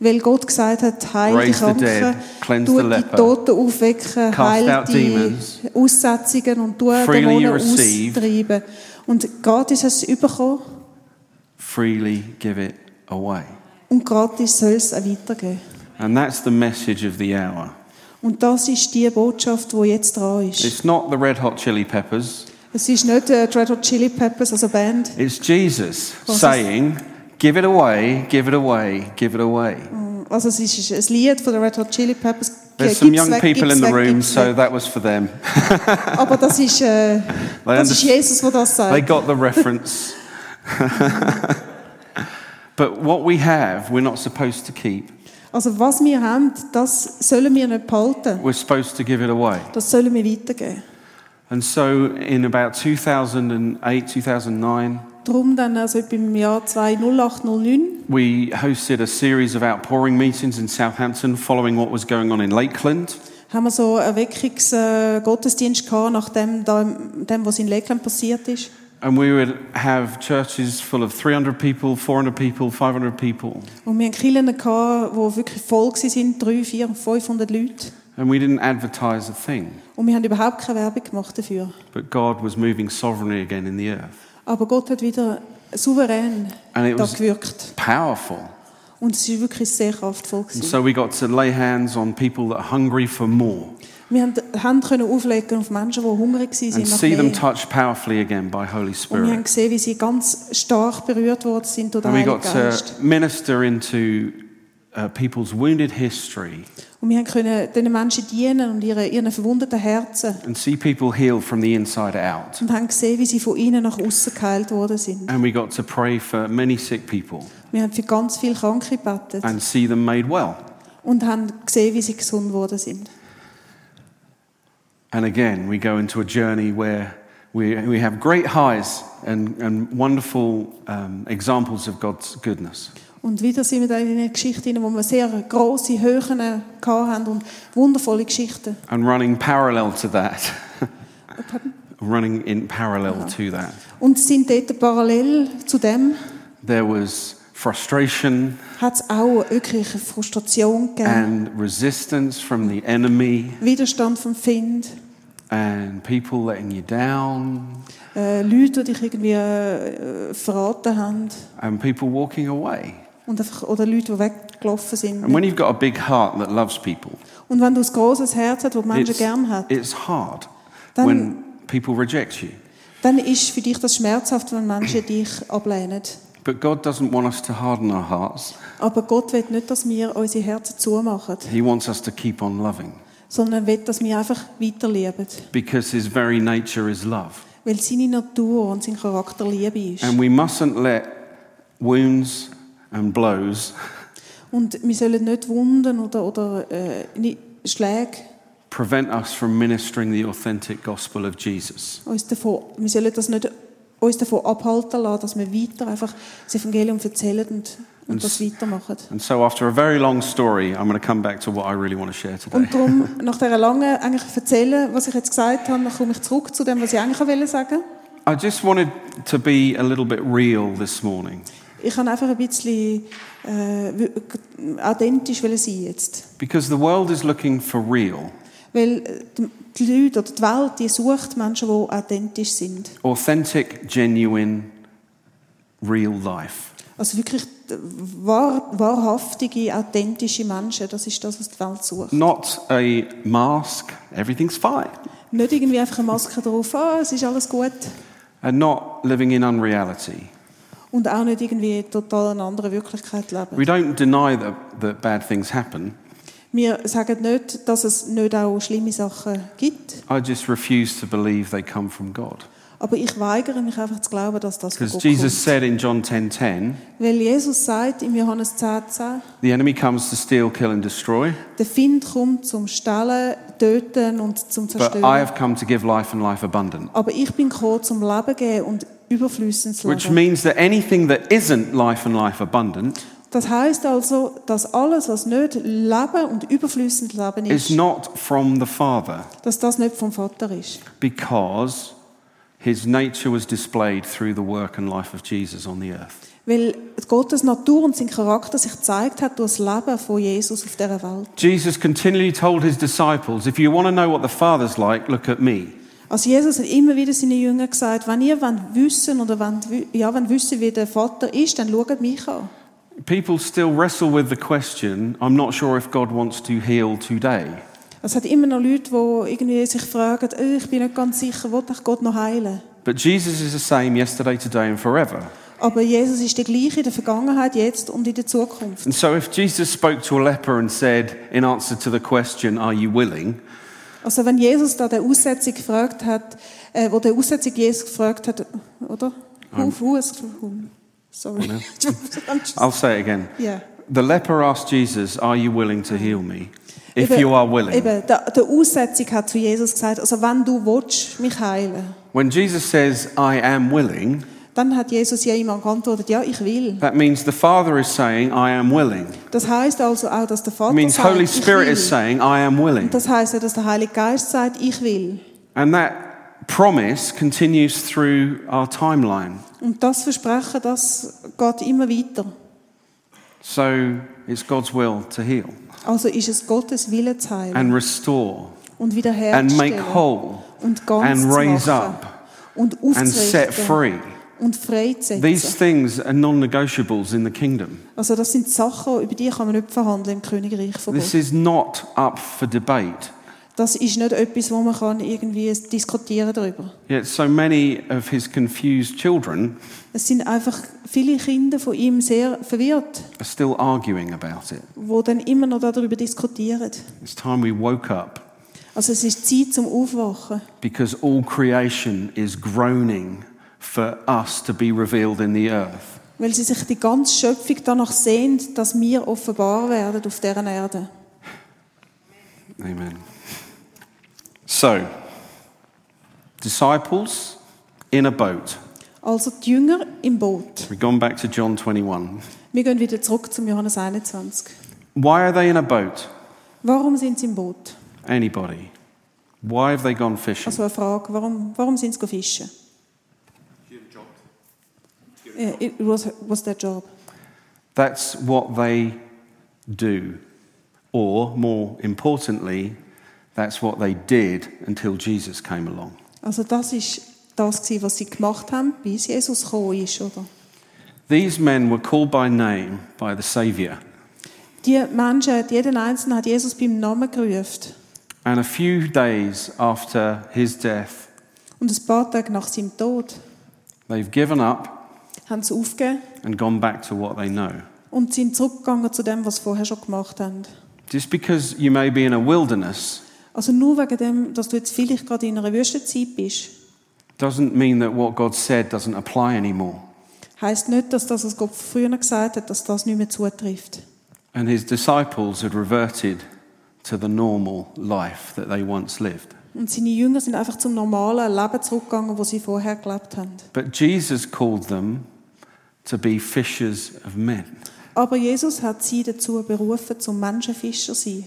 S3: Weil Gott gesagt hat, heil die
S2: Raise the dead,
S3: Kranken,
S2: cleanse
S3: tu
S2: the
S3: die
S2: leper,
S3: Toten aufwecken,
S2: cast
S3: heil
S2: out
S3: die
S2: demons,
S3: Aussetzungen und tu
S2: freely
S3: Dämonen
S2: you receive.
S3: austreiben. Und gratis hast du es bekommen
S2: freely give it away.
S3: und gratis soll es auch weitergehen.
S2: And that's the message of the hour.
S3: Und das ist die Botschaft, die jetzt dran ist.
S2: It's not the red hot chili peppers,
S3: Es ist nicht äh, die Red Hot Chili Peppers, also Band,
S2: it's Jesus
S3: What's
S2: saying, give it away, give it away, give it away.
S3: also es ist ein Lied von den Red Hot Chili Peppers.
S2: There's
S3: Gib's
S2: some young
S3: weg,
S2: people
S3: gib's
S2: in the
S3: weg,
S2: room,
S3: gib's
S2: so
S3: weg.
S2: that was for them.
S3: Aber das ist, äh, das
S2: understand-
S3: ist Jesus, der das
S2: They
S3: sagt.
S2: got the reference. but what we have, we're not supposed to keep.
S3: Also was wir haben, das sollen wir nicht behalten.
S2: We're supposed to give it away.
S3: Das sollen wir weitergeben.
S2: And so, in about 2008, 2009,
S3: Darum dann also im Jahr 2008, 09
S2: we hosted a series of outpouring meetings in Southampton following what was going on in Lakeland.
S3: haben wir so einen Erweckungsgottesdienst gehabt, nachdem da- dem, was in Lakeland passiert ist.
S2: And we would have churches full of 300 people, 400 people, 500 people.
S3: Und wir hatten Kirchen, gehabt, die wirklich voll waren, 300, 400, 500 Leute.
S2: And we didn't advertise a thing.
S3: Und wir haben überhaupt keine Werbung gemacht dafür.
S2: But God was moving sovereignly again in the earth.
S3: Aber Gott hat wieder souverän
S2: And it
S3: da
S2: was
S3: gewirkt.
S2: powerful.
S3: Und es war wirklich sehr kraftvoll. gewesen.
S2: And so we got to lay hands on people that are hungry for more
S3: Wir haben die Hände können auflegen auf Menschen, die hungrig waren.
S2: and
S3: nach
S2: see them
S3: mehr.
S2: touched powerfully again by Holy
S3: Und wir haben
S2: Spirit.
S3: gesehen, wie sie ganz stark berührt worden sind durch den
S2: And we
S3: Heiligen
S2: got
S3: Geist.
S2: to minister into uh, people's wounded history
S3: Und wir haben können diesen Menschen dienen und ihre, ihren verwundeten Herzen.
S2: and see people healed from the inside out.
S3: Und haben gesehen, wie sie von ihnen nach außen geheilt worden sind.
S2: And we got to pray for many sick people
S3: Wir haben für ganz viele Kranke gebetet
S2: and see them made well.
S3: und haben gesehen, wie sie gesund worden sind.
S2: And again, we go into a journey where we, we have great highs and, and wonderful um, examples of God's goodness.
S3: Und wieder sind wir da in einer Geschichte, hinein, wo wir sehr große Höhen gehabt haben und wundervolle Geschichten.
S2: And running parallel to that, running in parallel to that,
S3: Und sind dort parallel zu dem,
S2: there was frustration
S3: hat es auch wirklich eine Frustration gegeben.
S2: and resistance from the enemy
S3: Widerstand vom Find,
S2: and people letting you down
S3: äh, Leute, die dich irgendwie äh, verraten haben
S2: and people walking away.
S3: und einfach, oder Leute, die weggelaufen sind.
S2: And when you've got a big heart that loves people,
S3: Und wenn du ein großes Herz hast, das die Menschen
S2: it's,
S3: gern hat,
S2: it's hard
S3: Dann-
S2: when people reject you.
S3: dann ist für dich das schmerzhaft, wenn Menschen dich ablehnen.
S2: But God doesn't want us to harden our hearts.
S3: Aber Gott will nicht, dass wir unsere Herzen zumachen,
S2: He wants us to keep on loving
S3: sondern er will, dass wir einfach weiterleben.
S2: because His very nature is love.
S3: Weil seine Natur und sein Charakter Liebe ist.
S2: And we mustn't let wounds and blows
S3: Und wir sollen nicht Wunden oder, oder äh, ni- Schläge
S2: prevent us from ministering the authentic gospel of Jesus.
S3: uns davon, wir sollen das nicht uns davon abhalten lassen, dass wir weiter einfach das Evangelium erzählen und, und das weitermachen.
S2: And so, after a very long story, I'm going to come back to what I really want to share today.
S3: Und darum, nach dieser langen eigentlich erzählen, was ich jetzt gesagt habe, dann komme ich zurück zu dem, was ich eigentlich wollte sagen.
S2: I just wanted to be a little bit real this morning
S3: Ich kann einfach ein bisschen äh, wü- authentisch wollen sein jetzt.
S2: because the world is looking for real,
S3: Weil äh, die- die Leute oder die Welt, die sucht Menschen, die authentisch sind.
S2: authentic, genuine, real life.
S3: Also wirklich äh, wahr, wahrhaftige, authentische Menschen, das ist das, was die Welt sucht.
S2: Not a mask, everything's fine,
S3: Nicht irgendwie einfach eine Maske drauf, ah, es ist alles gut.
S2: and not living in unreality.
S3: Und auch nicht irgendwie total in einer anderen Wirklichkeit leben.
S2: We don't deny that, that bad things happen.
S3: Wir sagen nicht, dass es nicht auch schlimme Sachen gibt,
S2: I just refuse to believe they come from God.
S3: aber ich weigere mich einfach zu glauben, dass das von
S2: Because
S3: Gott
S2: Jesus
S3: kommt.
S2: said in John 10:10,
S3: Weil Jesus sagt im Johannes 10, 10
S2: the enemy comes to steal, kill, and destroy,
S3: der Find kommt zum Stellen, Töten und zum
S2: but I
S3: Zerstören.
S2: have come to give life and life abundant.
S3: Aber ich bin gekommen, zum Leben geben und überflüssend zu
S2: Which
S3: leben.
S2: means that anything that isn't life and life abundant
S3: Das heißt also, dass alles, was nicht Leben und überflüssend Leben
S2: is
S3: ist,
S2: not from the Father
S3: dass das nicht vom Vater ist.
S2: because his nature was displayed through the work and life of Jesus on the earth.
S3: Weil Gottes Natur und sein Charakter sich gezeigt hat durch das Leben von Jesus auf dieser Welt.
S2: Jesus continually told his disciples, if you want to know what the Father's like, look at me.
S3: Also Jesus hat immer wieder seinen Jüngern gesagt, wenn ihr wollt wissen oder wollt, wü- ja, wollt wissen, wie der Vater ist, dann schaut mich an.
S2: People still wrestle with the question, I'm not sure if God wants to heal today.
S3: Es hat immer noch Leute, die irgendwie sich fragen, «Äh, ich bin nicht ganz sicher, will ich Gott noch heilen?
S2: But Jesus is the same yesterday, today, and forever.
S3: Aber Jesus ist der gleiche in der Vergangenheit, jetzt und in der Zukunft.
S2: And so, if Jesus spoke to a leper and said, in answer to the question, Are you willing?
S3: Also wenn Jesus da der Aussetzung gefragt hat, äh, wo der Aussetzung Jesus gefragt hat, oder?
S2: Um.
S3: Huf, Hus, Hum. Sorry.
S2: I'll say it again.
S3: Ja.
S2: The leper asked Jesus, Are you willing to heal me? If
S3: Eben-
S2: you are willing.
S3: Eben, der, der Aussetzung hat zu Jesus gesagt, also wenn du willst, mich heilen,
S2: When Jesus says, I am willing,
S3: dann hat Jesus ja ihm geantwortet, ja, ich will.
S2: that means the Father is saying, I am willing.
S3: Das heißt also auch, dass der
S2: It
S3: Vater
S2: means
S3: sagt,
S2: Holy Spirit is
S3: ich will.
S2: saying, I am willing.
S3: Das heißt ja, dass der Heilige Geist sagt, ich will.
S2: And that promise continues through our timeline.
S3: Und das Versprechen, das geht immer weiter.
S2: So it's God's will to heal
S3: Also ist es Gottes Wille zu heilen
S2: and restore
S3: und
S2: and make
S3: wiederherzustellen
S2: whole
S3: und ganz
S2: and
S3: zu
S2: raise
S3: machen
S2: up
S3: und
S2: and set
S3: aufzurichten
S2: free.
S3: und
S2: These
S3: freizusetzen.
S2: things are non negotiables in the kingdom.
S3: Also das sind Sachen, über die kann man nicht verhandeln im Königreich von
S2: This
S3: Gott.
S2: is not up for debate.
S3: Das ist nicht etwas, wo man kann irgendwie diskutieren darüber.
S2: Yet so many of his confused children
S3: Es sind einfach viele Kinder von ihm sehr verwirrt,
S2: are still arguing about it.
S3: wo dann immer noch darüber diskutieren.
S2: It's time we woke up
S3: Also es ist Zeit zum Aufwachen.
S2: because all creation is groaning for us to be revealed in the earth.
S3: Weil sie sich die ganze Schöpfung danach sehnt, dass wir offenbar werden auf dieser Erde.
S2: Amen. So, disciples in a boat.
S3: Also die Jünger im Boot.
S2: We've gone back to John 21.
S3: Wir gehen wieder zurück zum Johannes 21.
S2: Why are they in a boat?
S3: Warum sind sie im Boot?
S2: Anybody. Why have they gone fishing?
S3: Also eine Frage, warum, warum sind sie fischen? Yeah, Äh, it was, was their job.
S2: That's what they do. Or, more importantly, that's what they did until Jesus came along.
S3: Also das ist das gewesen, was sie gemacht haben, bis Jesus gekommen ist, oder?
S2: These men were called by name by the Saviour,
S3: Die Menschen, jeden Einzelnen hat Jesus beim Namen gerufen.
S2: and a few days after his death,
S3: Und ein paar Tage nach seinem Tod
S2: they've given up
S3: haben sie aufgegeben
S2: and gone back to what they know.
S3: und sind zurückgegangen zu dem, was sie vorher schon gemacht haben.
S2: Just because you may be in a wilderness
S3: Also nur wegen dem, dass du jetzt vielleicht gerade in einer Wüstenzeit bist,
S2: doesn't mean that what God said doesn't apply anymore.
S3: heißt nicht, dass das, was Gott früher gesagt hat, dass das nicht mehr zutrifft.
S2: And his disciples had reverted to the normal life that they once lived.
S3: Und seine Jünger sind einfach zum normalen Leben zurückgegangen, wo sie vorher gelebt haben.
S2: But Jesus called them to be fishers of men.
S3: Aber Jesus hat sie dazu berufen, zum Menschenfischer zu sein.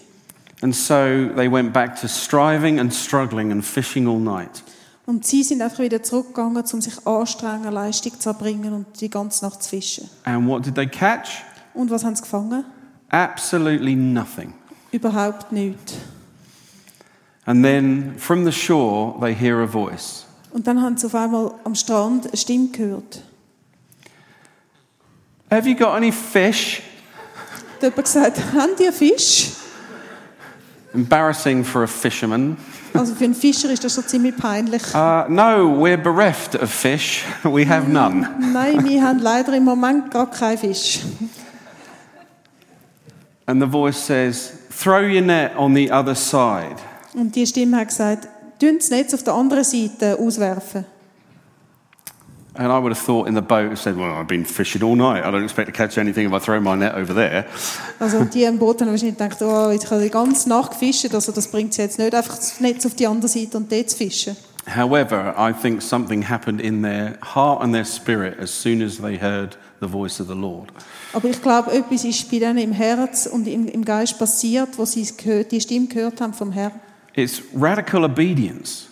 S2: And so they went back to striving and struggling and fishing all night.
S3: Und sie sind einfach wieder zurückgegangen, um sich anstrengen, Leistung zu erbringen und die ganze Nacht zu fischen.
S2: And what did they catch?
S3: Und was haben sie gefangen?
S2: Absolutely nothing.
S3: Überhaupt nichts.
S2: And then from the shore, they hear a voice.
S3: Und dann haben sie auf einmal am Strand eine Stimme gehört.
S2: Have you got any fish?
S3: Hat jemand gesagt, haben die einen Fisch?
S2: Embarrassing for a fisherman.
S3: Also für einen Fischer ist das schon ziemlich peinlich.
S2: Uh, no, we're bereft of fish. We have none.
S3: Nein, wir haben leider im Moment gar keinen Fisch.
S2: And the voice says, Throw your net on the other side.
S3: Und die Stimme hat gesagt, tun das Netz auf der anderen Seite auswerfen.
S2: And I would have thought in the boat, said, Well, I've been fishing all night. I don't expect to catch anything if I throw my net over there.
S3: Also die im Boot haben wahrscheinlich gedacht, oh, jetzt kann ich die ganze Nacht fischen, also das bringt sie jetzt nicht, einfach das Netz auf die andere Seite und dort zu fischen.
S2: However, I think something happened in their heart and their spirit as soon as they heard the voice of the Lord.
S3: Aber ich glaube, etwas ist bei denen im Herz und im, im Geist passiert, wo sie es gehört, die Stimme gehört haben vom Herrn.
S2: It's radical obedience.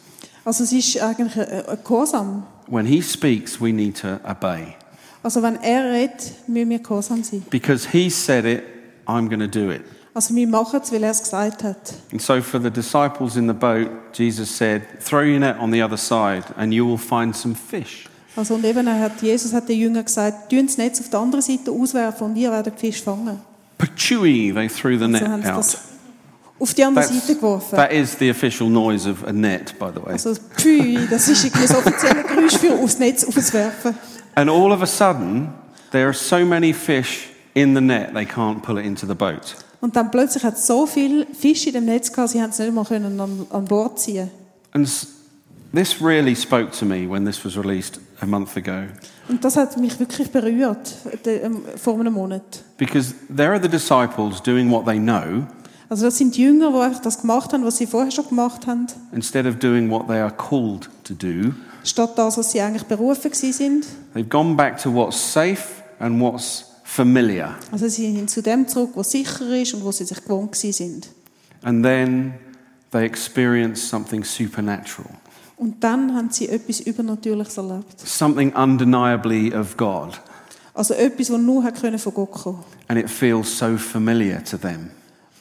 S3: Also es ist eigentlich ein, ein Gehorsam.
S2: When He speaks, we need to obey.
S3: Also wenn er redet, müssen wir gehorsam sein.
S2: Because He said it, I'm going to do it.
S3: Also wir machen es, weil er es gesagt hat.
S2: And so for the disciples in the boat, Jesus said, Throw your net on the other side and you will find some fish.
S3: Also und eben er hat Jesus hat den Jüngern gesagt, tun das Netz auf der anderen Seite auswerfen und ihr werdet Fisch fangen.
S2: Patchouli, they threw the
S3: So
S2: net
S3: Also haben sie das
S2: out.
S3: auf die andere
S2: That's-
S3: Seite geworfen.
S2: that is the official noise of a net, by the way.
S3: Also das Pfui, das ist irgendwie das offizielle Geräusch für aufs Netz auswerfen.
S2: And all of a sudden, there are so many fish in the net they can't pull it into the boat.
S3: Und dann plötzlich hat es so viel Fisch in dem Netz gehabt, sie haben es nicht mehr können an, an Bord ziehen.
S2: And s- this really spoke to me when this was released a month ago,
S3: Und das hat mich wirklich berührt de- ähm, vor einem Monat.
S2: because there are the disciples doing what they know
S3: Also das sind die Jünger, die einfach das gemacht haben, was sie vorher schon gemacht haben,
S2: instead of doing what they are called to do.
S3: statt das, was sie eigentlich berufen gewesen sind.
S2: They've gone back to what's safe and what's familiar.
S3: Also sie sind zu dem zurück, was sicher ist und wo sie sich gewohnt gewesen sind.
S2: And then they experience something supernatural,
S3: Und dann haben sie etwas Übernatürliches erlebt.
S2: something undeniably of God.
S3: Also etwas, das nur hat können von Gott kommen
S2: And it feels so familiar to them.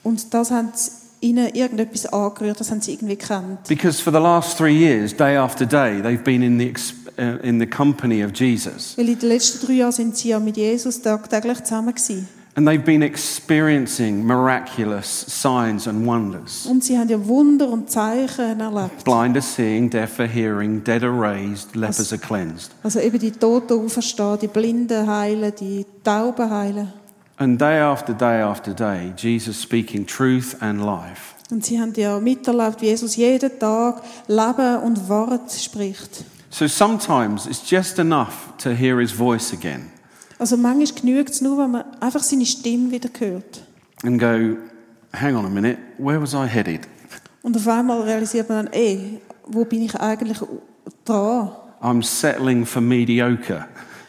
S3: Und das haben sie ihnen irgendetwas angerührt, das haben sie irgendwie gekannt.
S2: Because for the last three years, day after day, they've been in the, ex- uh, in the company of Jesus.
S3: Weil in den letzten drei Jahren sind sie ja mit Jesus tagtäglich zusammen gewesen.
S2: And they've been experiencing miraculous signs and wonders.
S3: Und sie haben ja Wunder und Zeichen erlebt.
S2: Blind are seeing, deaf are hearing, dead are raised, lepers are cleansed.
S3: Also eben die Toten auferstehen, die Blinden heilen, die Tauben heilen.
S2: And day after day after day, Jesus speaking truth and life.
S3: Und sie haben ja miterlebt, wie Jesus jeden Tag Leben und Wort spricht.
S2: So sometimes it's just enough to hear his voice again
S3: Also manchmal genügt es nur, wenn man einfach seine Stimme wieder hört.
S2: and go, hang on a minute, where was I headed?
S3: Und auf einmal realisiert man dann, ey, wo bin ich eigentlich dran?
S2: I'm settling for mediocre.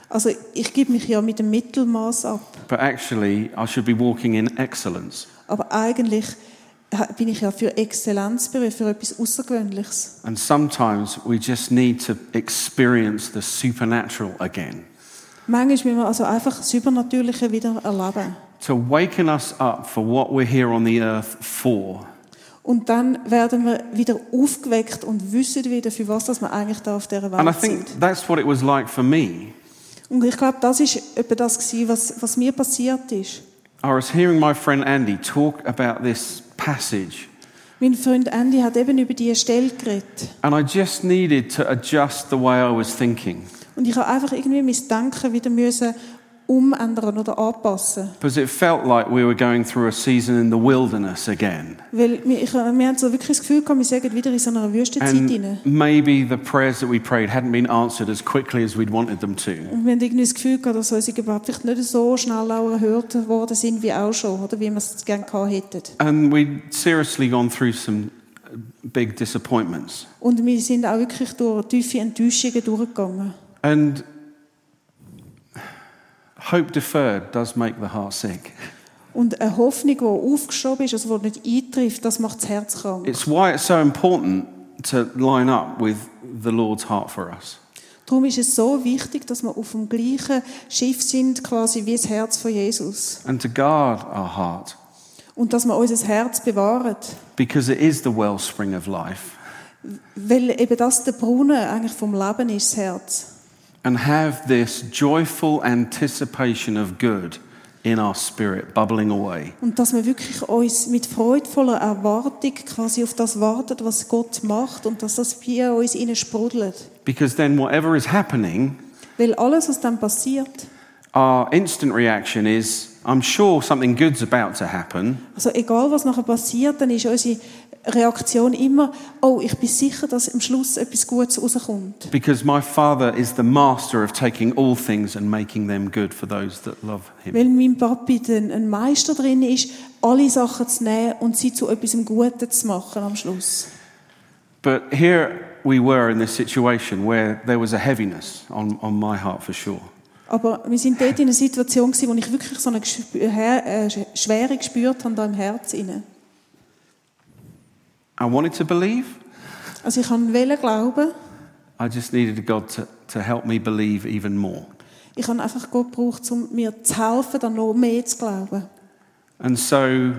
S3: Also ich gebe mich ja mit dem Mittelmaß ab,
S2: But actually, I should be walking in excellence.
S3: aber eigentlich ha- bin ich ja für Exzellenz berufen, für etwas Außergewöhnliches.
S2: And sometimes we just need to experience the supernatural again
S3: Manchmal müssen wir also einfach das Übernatürliche wieder erleben.
S2: to waken us up for what we're here on the earth for.
S3: Und dann werden wir wieder aufgeweckt und wissen wieder, für was dass wir eigentlich da auf dieser
S2: And I
S3: Welt
S2: think
S3: sind.
S2: that's what it was like for me.
S3: Und ich glaube, das ist etwa das gewesen, was, was mir passiert ist.
S2: I was hearing my friend Andy talk about this passage,
S3: Mein Freund Andy hat eben über diese Stelle geredet.
S2: and I just needed to adjust the way I was thinking
S3: Und ich habe einfach irgendwie mein Denken wieder müssen umändern oder anpassen.
S2: because it felt like we were going through a season in the wilderness again.
S3: Weil wir, ich, wir haben so wirklich das Gefühl gehabt, wir sind wieder in so einer Wüstenzeit rein.
S2: And maybe the prayers that we prayed hadn't been answered as quickly as we'd wanted them to.
S3: Und wir haben irgendwie das Gefühl gehabt, dass unsere Gebete vielleicht nicht so schnell auch erhört worden sind, wie auch schon, oder wie wir es gerne gehabt hätten.
S2: And we'd seriously gone through some uh, big disappointments.
S3: Und wir sind auch wirklich durch tiefe Enttäuschungen durchgegangen.
S2: And hope deferred does make the heart sick.
S3: Und eine Hoffnung, die aufgeschoben ist, also die nicht eintrifft, das macht das Herz krank.
S2: It's why it's so important to line up with the Lord's heart for us.
S3: Darum ist es so wichtig, dass wir auf dem gleichen Schiff sind, quasi wie das Herz von Jesus.
S2: and to guard our heart
S3: Und dass wir unser Herz bewahren.
S2: because it is the wellspring of life
S3: Weil eben das der Brunnen eigentlich vom Leben ist, das Herz.
S2: and have this joyful anticipation of good in our spirit bubbling away.
S3: Und dass wir wirklich uns mit freudvoller Erwartung quasi auf das wartet, was Gott macht und dass das bei uns innen sprudelt.
S2: Because then, whatever is happening,
S3: Weil alles, was dann passiert,
S2: our instant reaction is I'm sure something good's about to happen,
S3: Also egal was nachher passiert, dann ist unsere Reaktion immer, oh, ich bin sicher, dass am Schluss etwas Gutes rauskommt.
S2: because my Father is the master of taking all things and making them good for those that love Him.
S3: Weil mein Papi dann ein Meister drin ist, alle Sachen zu nehmen und sie zu etwas Guten zu machen am Schluss.
S2: But here we were in this situation where there was a heaviness on, on my heart for sure.
S3: Aber wir sind dort in einer Situation, gewesen, wo ich wirklich so eine Gespü- Her- äh, Sch- Schwere gespürt habe da im Herz inne.
S2: I wanted to believe,
S3: Also ich wollte glauben,
S2: I just needed God to, to help me believe even more.
S3: ich habe einfach Gott gebraucht, um mir zu helfen, dann noch mehr zu glauben.
S2: And so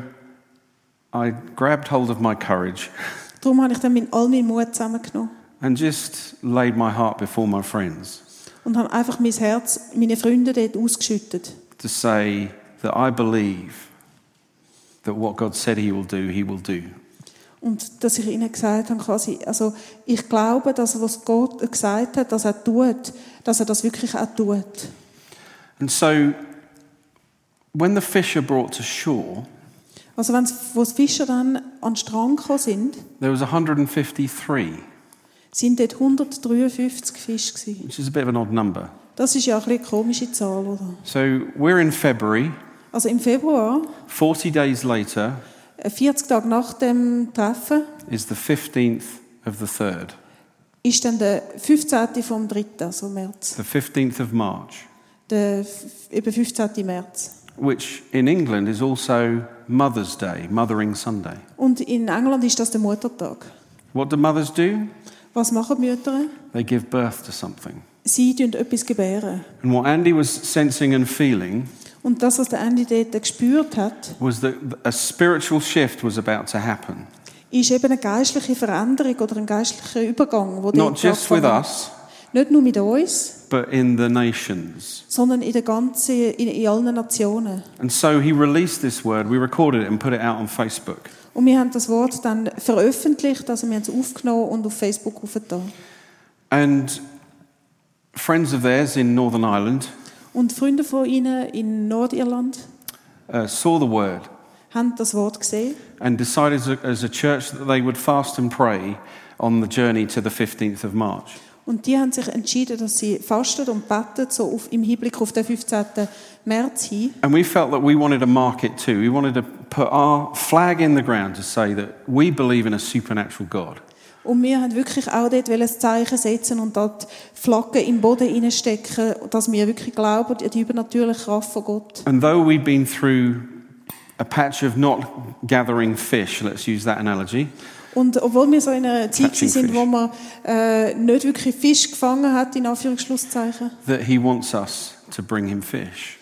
S2: I grabbed hold of my courage
S3: Darum habe ich dann mein- all meinen Mut zusammengenommen.
S2: and just laid my heart before my friends
S3: und habe einfach mein Herz meine Freunde dort ausgeschüttet.
S2: to say that I believe that what God said He will do, He will do.
S3: Und dass ich ihnen gesagt habe, quasi, also ich glaube, dass was Gott gesagt hat, dass er tut, dass er das wirklich auch tut.
S2: And so when the fish are brought to shore,
S3: Also wenn wo die Fischer dann an den Strand gekommen sind,
S2: there was 153,
S3: sind dort 153 Fische gewesen.
S2: which is a bit of an odd number.
S3: Das ist ja ein bisschen eine komische Zahl, oder?
S2: So we're in February,
S3: Also im Februar,
S2: 40 days later
S3: äh, 40 Tage nach dem Treffen,
S2: is the 15th of the 3rd.
S3: ist dann der 15. vom 3., also März.
S2: the 15th of March,
S3: Der f- eben 15. März.
S2: which in England is also Mother's Day, Mothering Sunday.
S3: Und in England ist das der Muttertag.
S2: What do mothers do?
S3: Was machen die Mütter?
S2: They give birth to something.
S3: Sie tun etwas gebären.
S2: And what Andy was sensing and feeling
S3: Und das, was der Andy dort gespürt hat,
S2: was that a spiritual shift was about to happen.
S3: ist eben eine geistliche Veränderung oder ein geistlicher Übergang. Wo
S2: Not
S3: dort
S2: just with
S3: stattgefunden hat.
S2: us,
S3: Nicht nur mit uns,
S2: but in the nations.
S3: sondern in, der ganzen, in, in allen Nationen.
S2: And so he released this word. We recorded it and put it out on Facebook.
S3: Und wir haben das Wort dann veröffentlicht, also wir haben es aufgenommen und auf Facebook aufgetan.
S2: And friends of theirs in Northern Ireland
S3: Und Freunde von ihnen in Nordirland
S2: uh, saw the word
S3: haben das Wort gesehen
S2: and decided as a, as a church that they would fast and pray on the journey to the 15th of March.
S3: Und die haben sich entschieden, dass sie fasten und beten, so auf, im Hinblick auf den 15. März hin.
S2: And we felt that we wanted to mark it too. We wanted to put our flag in the ground to say that we believe in a supernatural God.
S3: Und wir haben wirklich auch dort ein Zeichen setzen und dort Flaggen im Boden reinstecken, dass wir wirklich glauben an die übernatürliche Kraft von Gott.
S2: And though we've been through a patch of not gathering fish, let's use that analogy,
S3: Und obwohl wir so in einer Zeit
S2: Catching
S3: sind, wo
S2: fish.
S3: man äh, nicht wirklich Fisch gefangen hat, in Anführungsschlusszeichen,
S2: that He wants us to bring Him fish.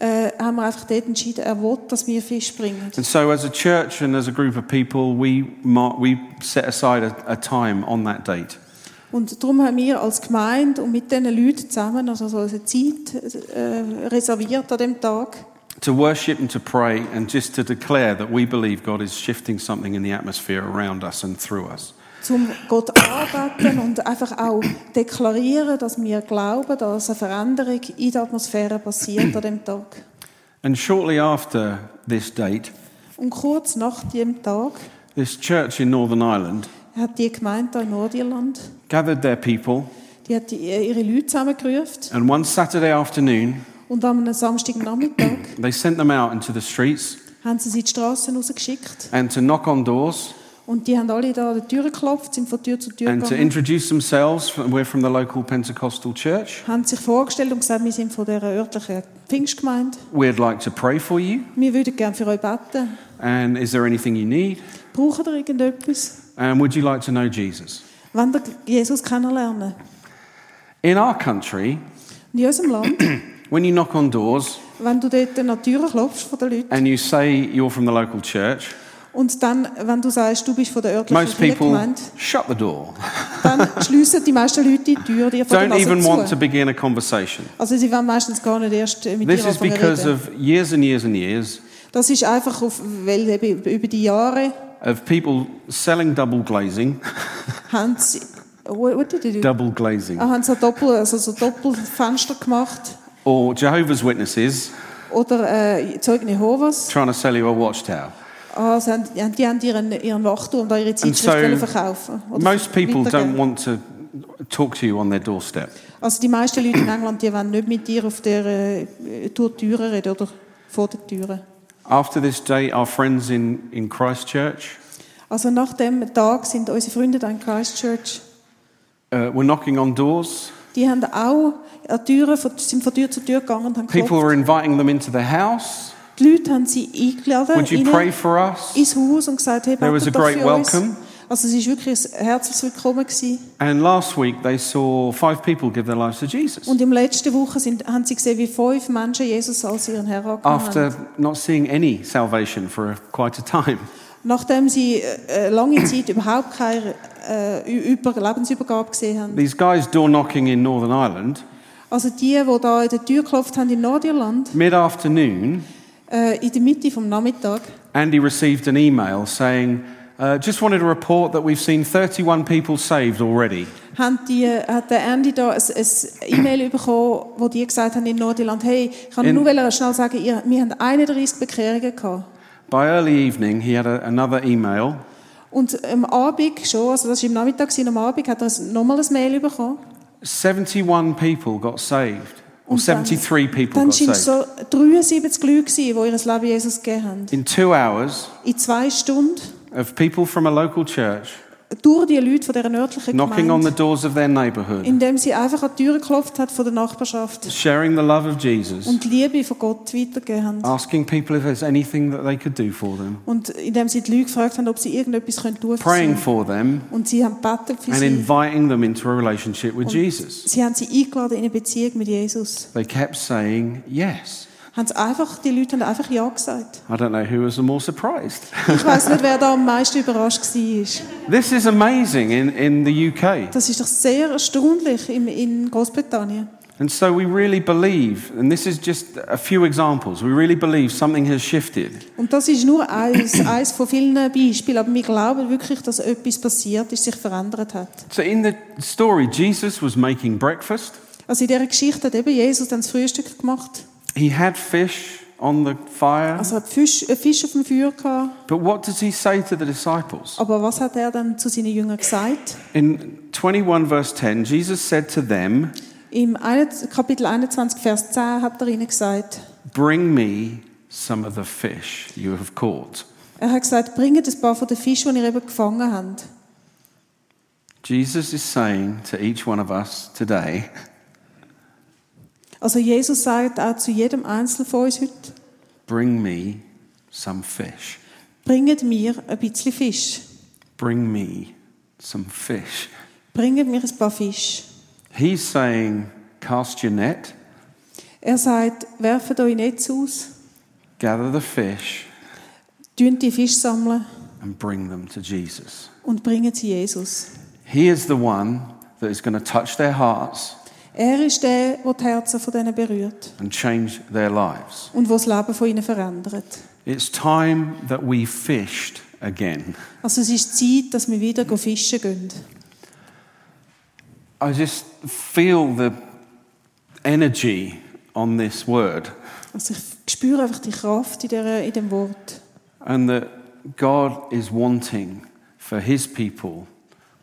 S3: äh, haben wir einfach dort entschieden, er will, dass wir Fisch bringen.
S2: And so, as a church and as a group of people, we, mark, we set aside a, a time on that date.
S3: Und darum haben wir als Gemeinde und mit diesen Leuten zusammen also so eine Zeit äh, reserviert an dem Tag,
S2: to worship and to pray and just to declare that we believe God is shifting something in the atmosphere around us and through us.
S3: um Gott anbeten und einfach auch deklarieren, dass wir glauben, dass eine Veränderung in der Atmosphäre passiert an dem Tag.
S2: And shortly after this date,
S3: Und kurz nach dem Tag
S2: this church in Northern Ireland
S3: hat die Gemeinde hier in Nordirland
S2: gathered their people,
S3: die hat die, äh, ihre Leute zusammengerufen
S2: and one Saturday afternoon,
S3: und am Samstagnachmittag
S2: they sent them out into the streets
S3: haben sie sie in die Straßen rausgeschickt
S2: and to knock on doors
S3: und die haben alle da an die Tür geklopft, sind von Tür zu Tür
S2: and to
S3: gegangen.
S2: introduce themselves. We're from the local Pentecostal church.
S3: haben sich vorgestellt und gesagt, wir sind von der örtlichen Pfingstgemeinde.
S2: We'd like to pray for you,
S3: Wir würden gerne für euch beten.
S2: and is there anything you need?
S3: Braucht ihr irgendetwas?
S2: And would you like to know Jesus?
S3: Wenn ihr Jesus kennenlernen?
S2: In our country,
S3: Und In unserem Land,
S2: when you knock on doors,
S3: wenn du dort an die Tür klopfst von den Leuten
S2: and you say you're from the local church,
S3: und dann, wenn du sagst, du bist von der örtlichen
S2: most people
S3: Kirchengemeinde,
S2: shut the door,
S3: dann schliessen die meisten Leute die Tür dir von der
S2: don't even
S3: Nase
S2: want to
S3: zu.
S2: begin a conversation.
S3: Also sie wollen meistens gar nicht erst
S2: This
S3: mit dir
S2: is
S3: anfangen
S2: because
S3: reden.
S2: of years and years and years
S3: Das ist einfach auf, weil eben über die Jahre
S2: of people selling double glazing,
S3: haben sie... What, what did you do?
S2: double glazing,
S3: Ah, haben sie Doppel, also so Doppelfenster gemacht.
S2: or Jehovah's Witnesses
S3: Oder äh, Zeugen Jehovas.
S2: trying to sell you a watchtower.
S3: Ah, sie haben, ja, die haben ihren, ihren Wachturm da ihre Zeitschrift
S2: so
S3: wollen verkaufen. oder
S2: Most people
S3: weitergeben.
S2: don't want to talk to you on their doorstep.
S3: Also die meisten Leute in England, die wollen nicht mit dir auf der äh, durch die Türe reden oder vor der Türe.
S2: After this day, our friends in, in Christchurch
S3: Also nach dem Tag sind unsere Freunde da in Christchurch,
S2: uh, were knocking on doors.
S3: die haben auch an die Türe, von- sind von Tür zu Tür gegangen und haben
S2: People
S3: geklopft.
S2: were inviting them into their house.
S3: Die Leute haben sie eingeladen
S2: Would you
S3: rein
S2: pray for us?
S3: ins Haus und gesagt, hey,
S2: There was
S3: betet
S2: a
S3: doch
S2: great
S3: für uns.
S2: welcome.
S3: Also es war wirklich ein herzliches Willkommen. Gewesen.
S2: And last week they saw five people give their lives to Jesus
S3: Und im letzten Woche sind, haben sie gesehen, wie fünf Menschen Jesus als ihren Herr angenommen haben.
S2: after not seeing any salvation for quite a time.
S3: Nachdem sie äh, äh, lange Zeit überhaupt keine äh, Ü- Über Lebensübergabe gesehen haben.
S2: These guys door knocking in Northern Ireland,
S3: Also die, die da an der Tür geklopft haben in Nordirland,
S2: mid afternoon,
S3: äh, in der Mitte vom Nachmittag,
S2: Andy received an email saying, uh, Just wanted to report that we've seen 31 people saved already.
S3: haben die, hat der Andy da ein, ein E-Mail bekommen, wo die gesagt haben in Nordirland, hey, ich kann
S2: In-
S3: nur wollen schnell sagen, ihr, wir haben 31 Bekehrungen gehabt.
S2: By early evening, he had a, another email
S3: Und am Abend schon, also das war im Nachmittag, gewesen, am Abend hat er nochmal ein Mail bekommen.
S2: 71 people got saved, or
S3: Und dann-
S2: 73 people
S3: Dann
S2: got
S3: waren es
S2: saved.
S3: so 73 Leute, gewesen, die ihr Leben Jesus gegeben haben.
S2: In two hours,
S3: In zwei Stunden
S2: of people from a local church
S3: durch die Leute von dieser örtlichen
S2: knocking on the
S3: Gemeinde,
S2: doors of their neighborhood.
S3: indem sie einfach an die Türen geklopft hat von der Nachbarschaft
S2: sharing the love of Jesus,
S3: und die Liebe von Gott weitergegeben haben.
S2: asking people if there's anything that they could do for them,
S3: Und indem sie die Leute gefragt haben, ob sie irgendetwas tun können. für
S2: praying
S3: sie.
S2: for them,
S3: Und sie haben gebeten für
S2: and
S3: sie.
S2: inviting them into a relationship with Jesus.
S3: Sie haben sie eingeladen in eine Beziehung mit Jesus.
S2: They kept saying yes.
S3: Haben sie einfach, die Leute haben einfach Ja gesagt.
S2: I don't know who was the more surprised.
S3: Ich weiß nicht, wer da am meisten überrascht war.
S2: this is amazing in, in the UK.
S3: Das ist doch sehr erstaunlich im- in Großbritannien.
S2: And so we really believe, and this is just a few examples, we really believe something has shifted.
S3: Und das ist nur eins, eins von vielen Beispielen. Aber wir glauben wirklich, dass etwas passiert ist, sich verändert hat.
S2: So in the story, Jesus was making breakfast.
S3: Also in dieser Geschichte hat eben Jesus dann das Frühstück gemacht.
S2: He had fish on the fire.
S3: Also hat Fisch, äh, Fisch auf dem Feuer gehabt.
S2: But what does he say to the disciples?
S3: Aber was hat er dann zu seinen Jüngern gesagt?
S2: In 21, verse 10, Jesus said to them,
S3: Im 1 Kapitel 21, Vers 10 hat er ihnen gesagt,
S2: Bring me some of the fish you have caught.
S3: er hat gesagt, bringt ein paar von den Fischen, die ihr eben gefangen habt.
S2: Jesus is saying to each one of us today,
S3: Also Jesus sagt auch zu jedem Einzelnen von uns heute,
S2: Bring me some fish.
S3: bringt mir ein bisschen Fisch.
S2: Bring me some fish.
S3: Bringt mir ein paar Fisch.
S2: He's saying, Cast your net,
S3: Er sagt, werft eure Netz aus,
S2: gather the fish,
S3: tünt die Fische sammeln
S2: and bring them to Jesus.
S3: und bringt sie Jesus.
S2: He is the one that is going to touch their hearts
S3: Er ist der, der die Herzen von denen berührt
S2: and change their lives.
S3: und der das Leben von ihnen verändert.
S2: It's time that we fished again.
S3: Also es ist Zeit, dass wir wieder go fischen gehen.
S2: I just feel the energy on this word
S3: Also ich spüre einfach die Kraft in, der, in dem Wort.
S2: and that God is wanting for his people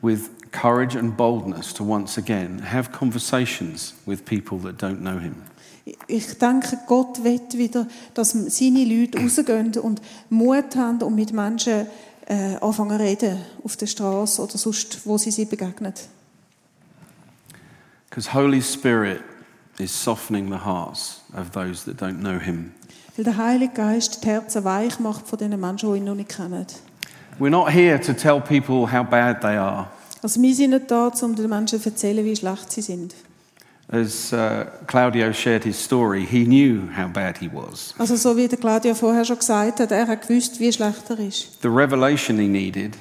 S2: with courage and boldness to once again have conversations with people that don't know him.
S3: Ich- Ich denke, Gott will wieder, dass seine Leute rausgehen und Mut haben und mit Menschen äh, anfangen zu reden auf der Straße oder sonst, wo sie sie begegnen.
S2: Because Holy Spirit is softening the hearts of those that don't know him.
S3: Weil der Heilige Geist die Herzen weich macht von den Menschen, die ihn noch nicht kennen.
S2: We're not here to tell people how bad they are.
S3: Also wir sind nicht da, um den Menschen zu erzählen, wie schlecht sie sind.
S2: As uh, Claudio shared his story, he knew how bad he was.
S3: Also so wie der Claudia vorher schon gesagt hat, er hat gewusst, wie schlecht er ist.
S2: The revelation he needed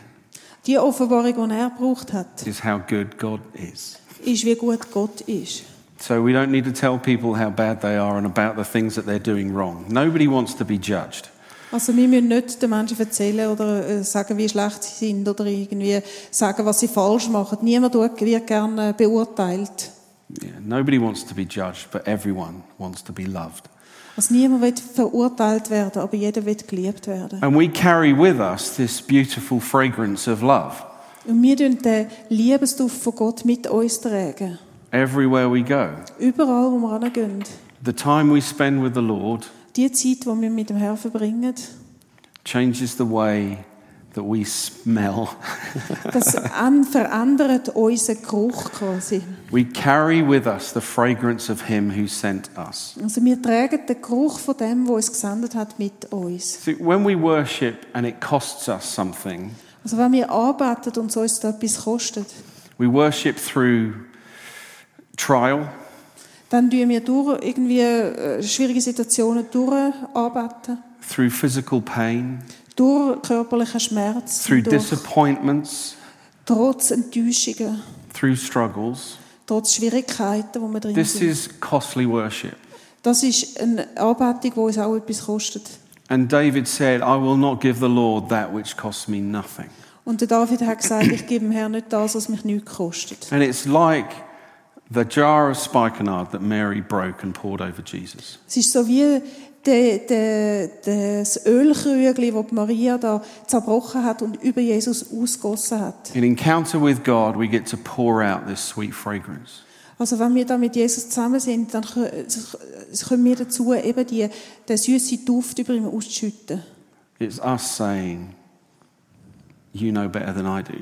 S3: Die Offenbarung, die er gebraucht hat,
S2: is how good God is.
S3: ist, wie gut Gott ist.
S2: So we don't need to tell people how bad they are and about the things that they're doing wrong. Nobody wants to be judged.
S3: Also wir müssen nicht den Menschen erzählen oder äh, sagen, wie schlecht sie sind oder irgendwie sagen, was sie falsch machen. Niemand tut- wird gerne beurteilt.
S2: Yeah, nobody wants to be judged, but everyone wants to be loved.
S3: Also niemand wird verurteilt werden, aber jeder wird geliebt werden.
S2: And we carry with us this beautiful fragrance of love
S3: Und wir tragen den Liebesduft von Gott mit uns. Tragen.
S2: everywhere we go.
S3: Überall, wo wir hingehen.
S2: The time we spend with the Lord
S3: Die Zeit, die wir mit dem Herrn verbringen,
S2: changes the way that we smell.
S3: das an- verändert unseren Geruch quasi.
S2: we carry with us the fragrance of Him who sent us.
S3: Also wir tragen den Geruch von dem, der uns gesendet hat, mit uns.
S2: See, when we worship and it costs us something,
S3: Also wenn wir arbeiten und so uns da etwas kostet,
S2: we worship through trial,
S3: dann tun wir durch irgendwie äh, schwierige Situationen durcharbeiten,
S2: through physical pain,
S3: durch körperlichen Schmerz,
S2: through
S3: durch,
S2: disappointments,
S3: trotz Enttäuschungen,
S2: through struggles.
S3: trotz Schwierigkeiten, wo wir drin
S2: This
S3: sind.
S2: is costly worship.
S3: Das ist eine Arbeitung, die uns auch etwas kostet.
S2: And David said, I will not give the Lord that which costs me nothing.
S3: Und der David hat gesagt, ich gebe dem Herrn nicht das, was mich nichts kostet.
S2: And it's like the jar of spikenard that Mary broke and poured over Jesus.
S3: Es ist so wie de, de, das Ölkrügel, das die Maria da zerbrochen hat und über Jesus ausgossen hat.
S2: In encounter with God, we get to pour out this sweet fragrance.
S3: Also wenn wir da mit Jesus zusammen sind, dann kö- äh, können wir dazu eben die, den süßen Duft über ihm ausschütten.
S2: It's us saying, You know better than I do.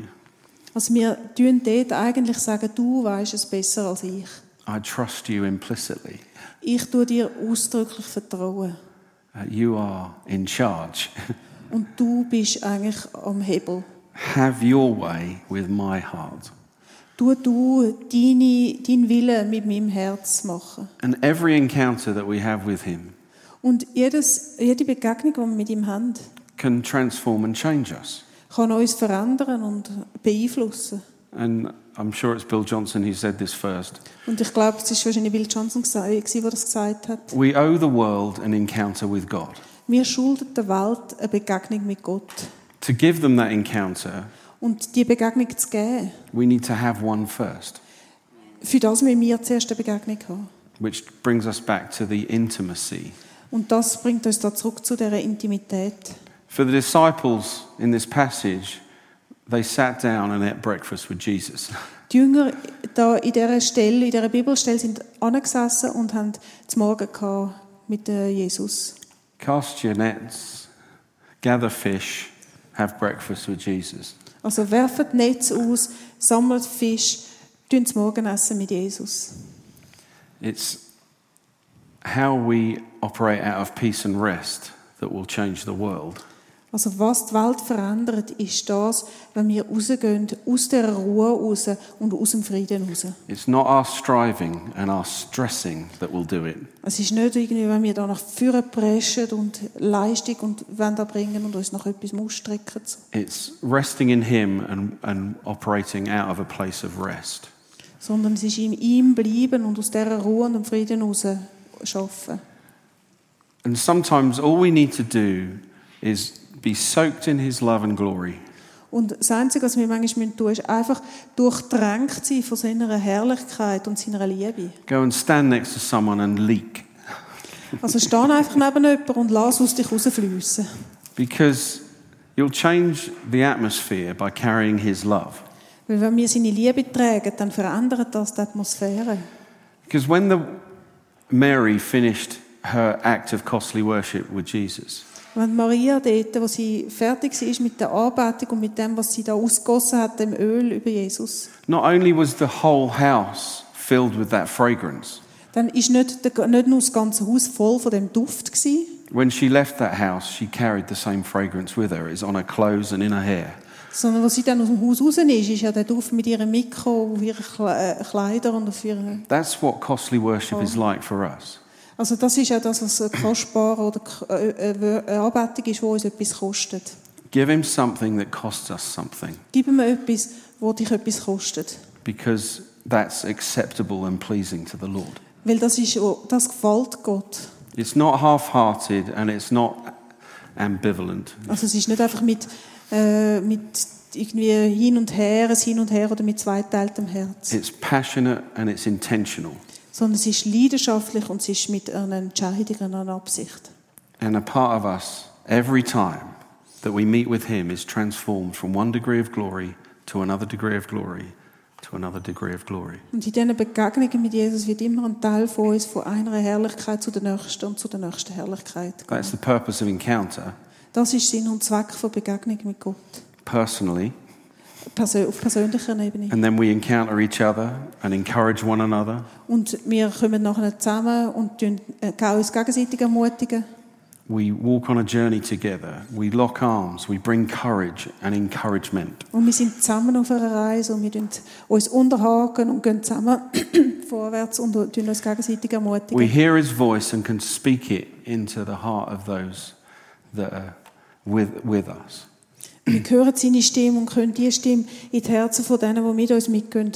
S3: Also wir tun dort eigentlich sagen, du weißt es besser als ich.
S2: I trust you implicitly.
S3: Ich tue dir ausdrücklich vertrauen.
S2: Uh, you are in charge.
S3: Und du bist eigentlich am Hebel.
S2: Have your way with my heart.
S3: Tu du deine, deinen Willen mit meinem Herz machen.
S2: And every encounter that we have with Him
S3: Und jedes, jede Begegnung, die wir mit ihm haben,
S2: can transform and change us.
S3: kann uns verändern und beeinflussen.
S2: And I'm sure it's Bill Johnson who said this first.
S3: Und ich glaube, es war wahrscheinlich Bill Johnson, gewesen, der das gesagt hat.
S2: We owe the world an encounter with God.
S3: Wir schulden der Welt eine Begegnung mit Gott.
S2: To give them that encounter,
S3: Und die Begegnung zu geben,
S2: we need to have one first,
S3: für das müssen wir zuerst eine Begegnung haben.
S2: which brings us back to the intimacy.
S3: Und das bringt uns da zurück zu dieser Intimität.
S2: For the disciples in this passage, they sat down and ate breakfast with Jesus.
S3: Die Jünger da in dieser Stelle, in dieser Bibelstelle sind angesessen und haben zum Morgen gehabt mit äh, Jesus.
S2: Cast your nets, gather fish, have breakfast with Jesus.
S3: Also werfen die Netze aus, sammelt Fisch, tun zum Morgenessen mit Jesus.
S2: It's how we operate out of peace and rest that will change the world.
S3: Also was die Welt verändert, ist das, wenn wir rausgehen, aus der Ruhe raus und aus dem Frieden raus.
S2: It's not our striving and our stressing that will do it.
S3: Es ist nicht irgendwie, wenn wir da nach vorne preschen und Leistung und Wände bringen und uns nach etwas ausstrecken.
S2: It's resting in Him and, and operating out of a place of rest.
S3: Sondern es ist in ihm bleiben und aus dieser Ruhe und dem Frieden raus arbeiten.
S2: And sometimes all we need to do is be soaked in His love and glory
S3: Und das Einzige, was wir manchmal tun müssen, ist einfach durchdrängt sein von seiner Herrlichkeit und seiner Liebe.
S2: Go and stand next to someone and leak.
S3: Also steh einfach neben jemandem und lass aus dich rausfliessen.
S2: Because you'll change the atmosphere by carrying His love.
S3: Weil wenn wir seine Liebe tragen, dann verändert das die Atmosphäre.
S2: Because when the Mary finished her act of costly worship with Jesus,
S3: Wenn Maria dort, wo sie fertig war mit der Anbetung und mit dem, was sie da ausgossen hat, dem Öl über Jesus,
S2: not only was the whole house filled with that fragrance,
S3: dann ist nicht, der- nicht nur das ganze Haus voll von dem Duft gewesen,
S2: when she left that house, she carried the same fragrance with her. It's on her clothes and in her hair.
S3: sondern als sie dann aus dem Haus raus ist, ist ja der Duft mit ihrem Mikro, auf ihren Kle- äh, Kleidern und auf ihren
S2: That's what costly worship is like for us.
S3: Also das ist ja das, was eine kostbare oder äh, äh, eine Anbetung ist, die uns etwas kostet.
S2: Give Him something that costs us something
S3: Gib mir etwas, wo dich etwas kostet.
S2: because that's acceptable and pleasing to the Lord.
S3: Weil das, ist, oh, das gefällt Gott.
S2: It's not half hearted and it's not ambivalent.
S3: Also es ist nicht einfach mit, äh, mit irgendwie hin und her, ein hin und her oder mit zweiteiltem Herz.
S2: It's passionate and it's intentional.
S3: Sondern es ist leidenschaftlich und es ist mit einer Entscheidung, und einer Absicht.
S2: And a part of us, every time that we meet with Him, is transformed from one degree of glory to another degree of glory to another degree of glory.
S3: Und in diesen Begegnungen mit Jesus wird immer ein Teil von uns von einer Herrlichkeit zu der nächsten und zu der nächsten Herrlichkeit.
S2: That's the purpose of encounter,
S3: Das ist Sinn und Zweck von Begegnung mit Gott.
S2: personally.
S3: Persö auf persönlicher Ebene.
S2: And then we encounter each other and encourage one another.
S3: Und wir kommen nachher zusammen und tun, äh, uns gegenseitig ermutigen.
S2: We walk on a journey together. We lock arms. We bring courage and encouragement.
S3: Und wir sind zusammen auf einer Reise und wir tun uns unterhaken und gehen zusammen vorwärts und tun uns gegenseitig ermutigen.
S2: We hear his voice and can speak it into the heart of those that are with, with us.
S3: Wir hören seine Stimme und können diese Stimme in die Herzen von denen, die mit uns mitgehen,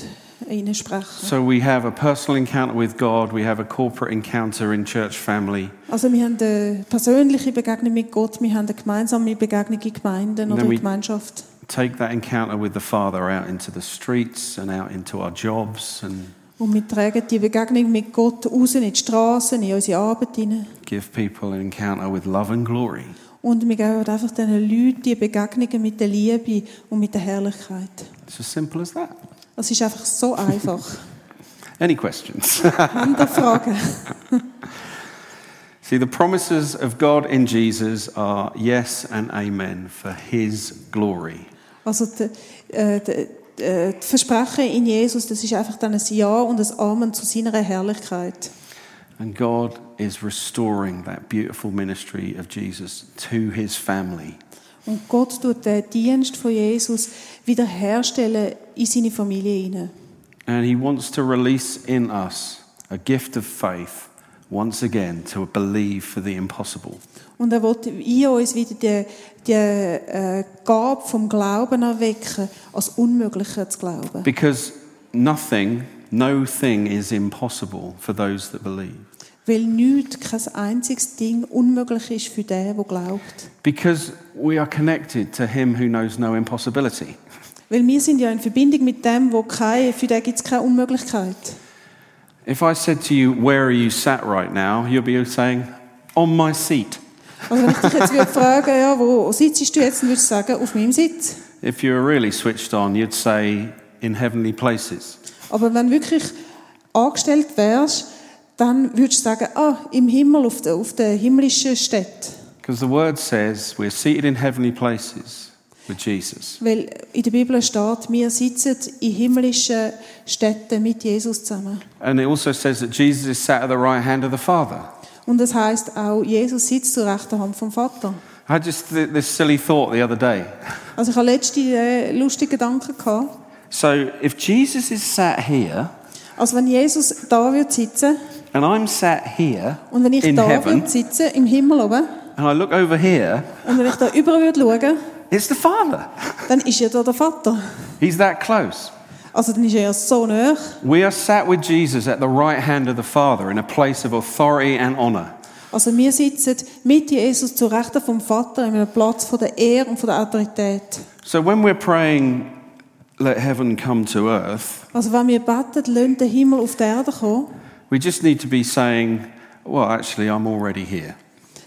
S3: hineinsprechen.
S2: So we have a personal encounter with God, we have a corporate encounter in church family,
S3: Also wir haben eine persönliche Begegnung mit Gott, wir haben eine gemeinsame Begegnung in Gemeinden oder
S2: Nein,
S3: in
S2: wir-
S3: Gemeinschaft.
S2: take that encounter with the Father out into the streets and out into our jobs and
S3: Und wir tragen die Begegnung mit Gott raus in die Straßen, in unsere Arbeit hinein.
S2: give people an encounter with love and glory.
S3: Und wir geben halt einfach diesen Leuten die Begegnungen mit der Liebe und mit der Herrlichkeit.
S2: It's as simple as that.
S3: Es ist einfach so einfach.
S2: Any questions?
S3: Haben da Fragen?
S2: See, the promises of God in Jesus are yes and amen for his glory.
S3: Also die, äh, die, äh, die Versprechen in Jesus, das ist einfach dann ein Ja und ein Amen zu seiner Herrlichkeit.
S2: And God is restoring that beautiful ministry of Jesus to his family.
S3: Und Gott tut den Dienst von Jesus wiederherstellen in seine Familie hinein.
S2: And he wants to release in us a gift of faith once again to believe for the impossible.
S3: Und er will in uns wieder die, die äh, Gabe vom Glauben erwecken, als Unmögliche zu glauben.
S2: Because nothing, no thing is impossible for those that believe.
S3: Weil nichts, kein einziges Ding unmöglich ist für den, der glaubt.
S2: Because we are connected to him who knows no impossibility.
S3: Weil wir sind ja in Verbindung mit dem, wo keine, für den gibt es keine Unmöglichkeit.
S2: If I said to you, Where are you sat right now? you'll be saying, On my seat.
S3: Also wenn ich dich jetzt würde fragen, ja, wo sitzt du jetzt, dann würdest du sagen, auf meinem Sitz.
S2: If you were really switched on, you'd say, in heavenly places.
S3: Aber wenn du wirklich angestellt wärst, dann würdest du sagen, ah, im Himmel, auf der, auf der himmlischen Stadt.
S2: Because the word says we're seated in heavenly places with Jesus.
S3: Weil in der Bibel steht, wir sitzen in himmlischen Städten mit Jesus zusammen.
S2: And it also says that Jesus is sat at the right hand of the Father.
S3: Und das heißt auch, Jesus sitzt zur rechten Hand vom Vater.
S2: I had just th- this silly thought the other day.
S3: Also ich hatte letzte äh, lustige Gedanken. Gehabt.
S2: So if Jesus is sat here
S3: Also wenn Jesus da wird sitzen
S2: and I'm sat here
S3: und wenn ich
S2: in
S3: da
S2: heaven
S3: würde sitzen, im Himmel oben,
S2: and I look over here,
S3: und wenn ich da über würde schauen,
S2: it's the Father.
S3: dann ist ja da der Vater.
S2: He's that close.
S3: Also dann ist er ja so nah.
S2: We are sat with Jesus at the right hand of the Father in a place of authority and honor.
S3: Also wir sitzen mit Jesus zur Rechten vom Vater in einem Platz von der Ehre und von der Autorität.
S2: So when we're praying, let heaven come to earth,
S3: Also wenn wir beten, lassen den Himmel auf die Erde kommen,
S2: we just need to be saying, well, actually, I'm already here.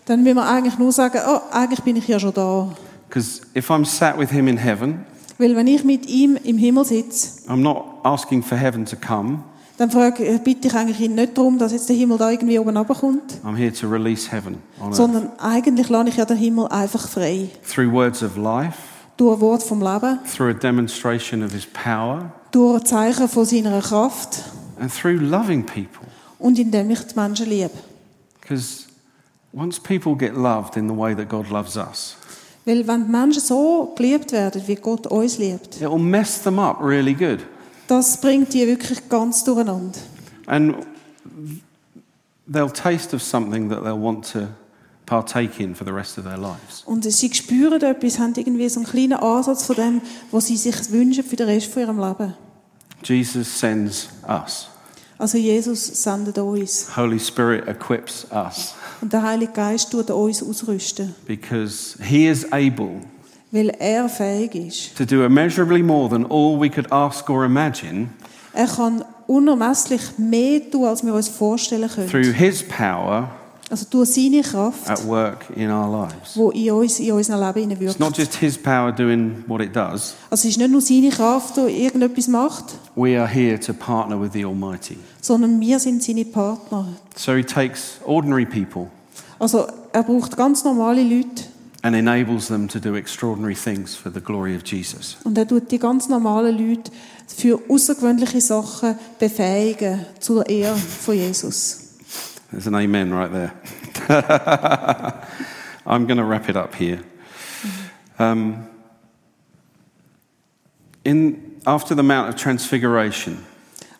S3: dann müssen wir eigentlich nur sagen, oh, eigentlich bin ich ja schon da.
S2: Because if I'm sat with him in heaven,
S3: Weil wenn ich mit ihm im Himmel sitze,
S2: I'm not asking for heaven to come.
S3: dann frage, äh, bitte ich eigentlich ihn nicht darum, dass jetzt der Himmel da irgendwie oben runterkommt,
S2: I'm here to release heaven on earth
S3: sondern eigentlich lasse ich ja den Himmel einfach frei.
S2: through words of life,
S3: Durch ein Wort vom Leben,
S2: through a demonstration of his power,
S3: durch ein Zeichen von seiner Kraft
S2: and through loving people.
S3: und indem ich die Menschen liebe.
S2: Because once people get loved in the way that God loves us,
S3: Weil wenn die Menschen so geliebt werden, wie Gott uns liebt,
S2: it will mess them up really good.
S3: Das bringt die wirklich ganz durcheinander.
S2: And they'll taste of something that they'll want to partake in for the rest of their lives.
S3: Und sie spüren etwas, haben irgendwie so einen kleinen Ansatz von dem, was sie sich wünschen für den Rest von ihrem Leben.
S2: Jesus sends us.
S3: Also Jesus sendet uns.
S2: Holy Spirit equips us
S3: Und der Heilige Geist tut uns ausrüsten.
S2: because he is able
S3: Weil er fähig ist.
S2: to do immeasurably more than all we could ask or imagine
S3: Er kann unermesslich mehr tun, als wir uns vorstellen
S2: through
S3: können.
S2: his power
S3: Also durch seine
S2: at
S3: Kraft,
S2: work in our lives.
S3: wo in uns, in unserem Leben
S2: It's not
S3: hineinwirkt.
S2: just his power doing what it does.
S3: Also es ist nicht nur seine Kraft, die irgendetwas macht,
S2: We are here to partner with the Almighty.
S3: sondern wir sind seine Partner.
S2: So he takes ordinary people
S3: Also er braucht ganz normale Leute,
S2: and enables them to do extraordinary things for the glory of Jesus.
S3: Und er tut die ganz normalen Leute für außergewöhnliche Sachen befähigen zur Ehre von Jesus.
S2: There's an amen right there. I'm going to wrap it up here. Um, in, after the Mount of Transfiguration,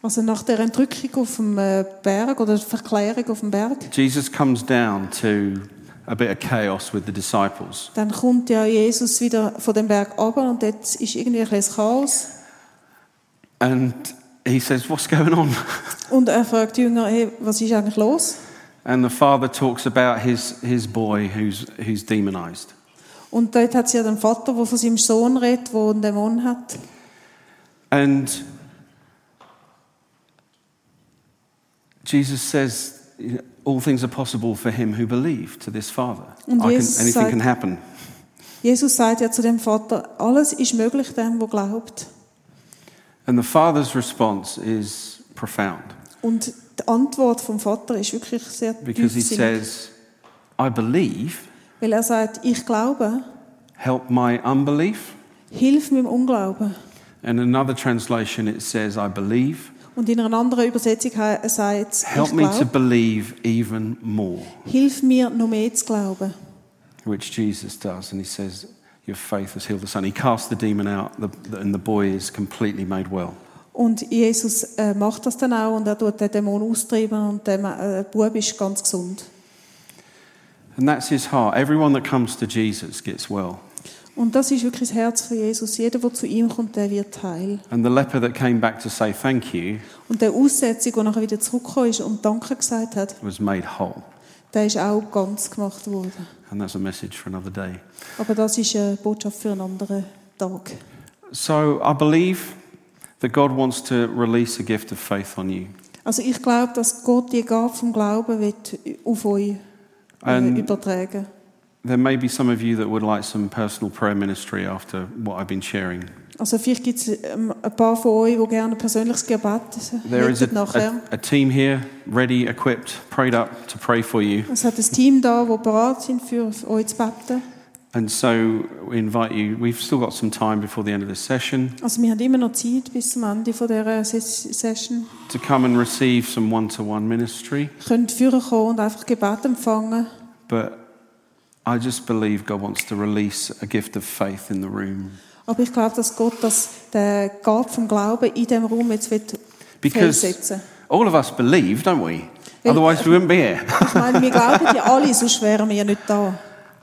S3: Also nach der Entrückung auf dem äh, Berg oder der Verklärung auf dem Berg,
S2: Jesus comes down to a bit of chaos with the disciples.
S3: dann kommt ja Jesus wieder von dem Berg ab und dort ist irgendwie ein kleines Chaos.
S2: And he says, What's going on?
S3: Und er fragt die Jünger, hey, was ist eigentlich los?
S2: And the father talks about his, his boy who's, who's demonized.
S3: Und dort hat sie ja den Vater, der von seinem Sohn redet, der einen Dämon hat.
S2: And Jesus says, you know, All things are possible for him who believe to this Father.
S3: Und
S2: I can,
S3: Jesus
S2: anything
S3: sagt-
S2: can happen.
S3: Jesus sagt ja zu dem Vater, alles ist möglich dem, der glaubt.
S2: And the Father's response is profound
S3: Und die Antwort vom Vater ist wirklich sehr
S2: because he
S3: tiefsinnig.
S2: says, I believe,
S3: Weil er sagt, ich glaube,
S2: help my unbelief.
S3: hilf meinem Unglauben.
S2: And another translation, it says, I believe,
S3: Und in einer anderen Übersetzung he- er sagt es,
S2: help
S3: ich
S2: me to
S3: glaube,
S2: believe even more,
S3: hilf mir, noch mehr zu glauben.
S2: which Jesus does. And he says, Your faith has healed the son. He casts the demon out, the, and the boy is completely made well.
S3: Und Jesus äh, macht das dann auch und er tut den Dämon austreiben und der Ma- äh, Bub ist ganz gesund.
S2: And that's his heart. Everyone that comes to Jesus gets well.
S3: Und das ist wirklich das Herz von Jesus. Jeder, der zu ihm kommt, der wird heil.
S2: And the leper that came back to say thank you
S3: Und der Aussetzung, der nachher wieder zurückgekommen ist und Danke gesagt hat,
S2: was made whole.
S3: der ist auch ganz gemacht worden.
S2: And that's a message for another day.
S3: Aber das ist eine Botschaft für einen anderen Tag.
S2: So I believe that God wants to release a gift of faith on you.
S3: Also ich glaube, dass Gott die Gabe vom Glauben wird auf euch äh,
S2: Ein-
S3: übertragen
S2: there may be some of you that would like some personal prayer ministry after what I've been sharing.
S3: Also vielleicht gibt es ähm, ein paar von euch, die gerne ein persönliches Gebet
S2: There is a,
S3: hätten nachher.
S2: a- a team here, ready, equipped, prayed up to pray for you.
S3: Es hat ein Team da, wo bereit sind, für euch zu beten.
S2: And so we invite you, we've still got some time before the end of this session
S3: Also wir haben immer noch Zeit bis zum Ende von dieser Ses- Session.
S2: to come and receive some one to one ministry.
S3: Ihr könnt führen kommen und einfach Gebet empfangen.
S2: But I just believe God wants to release a gift of faith in the room.
S3: Aber ich glaube, dass Gott das, der Gab vom Glauben in diesem Raum jetzt wird
S2: Because
S3: freisetzen
S2: all of us believe, don't we?
S3: Well,
S2: Otherwise, we wouldn't be here.
S3: Ich meine, wir glauben ja alle, sonst wären wir ja nicht da.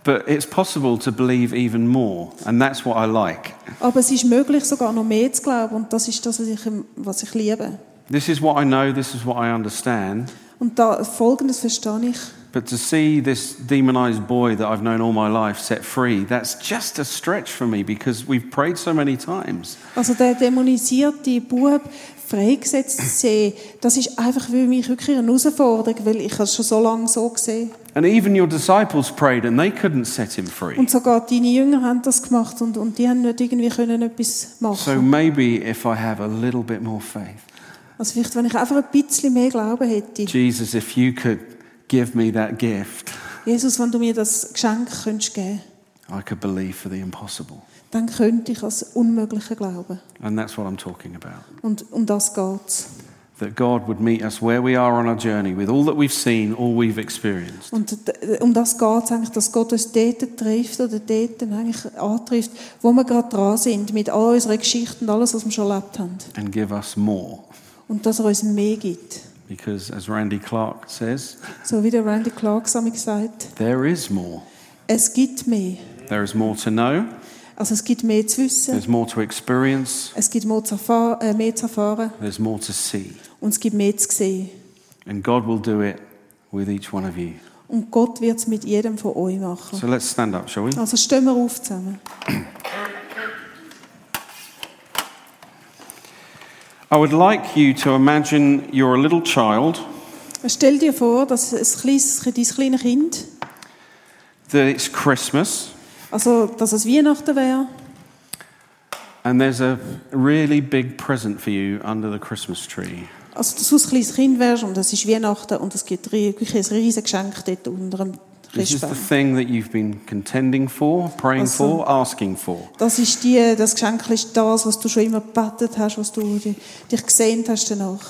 S2: But it's possible to believe even more, and that's what I like.
S3: Aber es ist möglich, sogar noch mehr zu glauben. Und das ist das, was ich, was ich liebe.
S2: This is what I know, this is what I understand.
S3: Und da, Folgendes verstehe ich.
S2: But to see this demonized boy that I've known all my life set free, that's just a stretch for me because we've prayed so many times.
S3: Also der dämonisierte Bub freigesetzt zu sehen, das ist einfach für mich wirklich eine Herausforderung, weil ich es schon so lange so gesehen
S2: And even your disciples prayed and they couldn't set him free.
S3: Und sogar deine Jünger haben das gemacht und, und die haben nicht irgendwie können etwas machen.
S2: So maybe if I have a little bit more faith,
S3: Also vielleicht, wenn ich einfach ein bisschen mehr Glauben hätte.
S2: Jesus, if you could give me that gift,
S3: Jesus, wenn du mir das Geschenk könntest geben
S2: I could believe for the impossible.
S3: dann könnte ich als Unmögliche glauben.
S2: And that's what I'm talking about.
S3: Und um das geht's.
S2: That God would meet us where we are on our journey with all that we've seen, all we've experienced.
S3: Und d- um das geht's eigentlich, dass Gott uns dort trifft oder dort dann eigentlich antrifft, wo wir gerade dran sind, mit all unseren Geschichten und alles, was wir schon erlebt haben.
S2: and give us more.
S3: Und dass er uns mehr gibt.
S2: Because as Randy Clark says,
S3: So wie der Randy Clark einmal gesagt
S2: there is more.
S3: es gibt mehr.
S2: There is more to know,
S3: Also es gibt mehr zu wissen,
S2: there's more to experience,
S3: es gibt mehr zu, erfahr äh, mehr zu erfahren
S2: there's more to see.
S3: und es gibt mehr zu sehen.
S2: And God will do it with each one of you.
S3: Und Gott wird es mit jedem von euch machen.
S2: So let's stand up, shall we?
S3: Also stehen wir auf zusammen.
S2: I would like you to imagine you're a little child,
S3: Stell dir vor, dass ein kleines, dein kleines Kind,
S2: that it's Christmas,
S3: also dass es Weihnachten wäre
S2: and there's a really big present for you under the Christmas tree.
S3: Also, dass du ein kleines Kind wärst und es ist Weihnachten und es gibt ri- wirklich ein riesiges Geschenk dort unter dem
S2: This is the
S3: Christbaum.
S2: thing that you've been contending for, praying for, asking for.
S3: Das ist die, das Geschenk ist das, was du schon immer gebetet hast, was du di- dich gesehnt hast danach.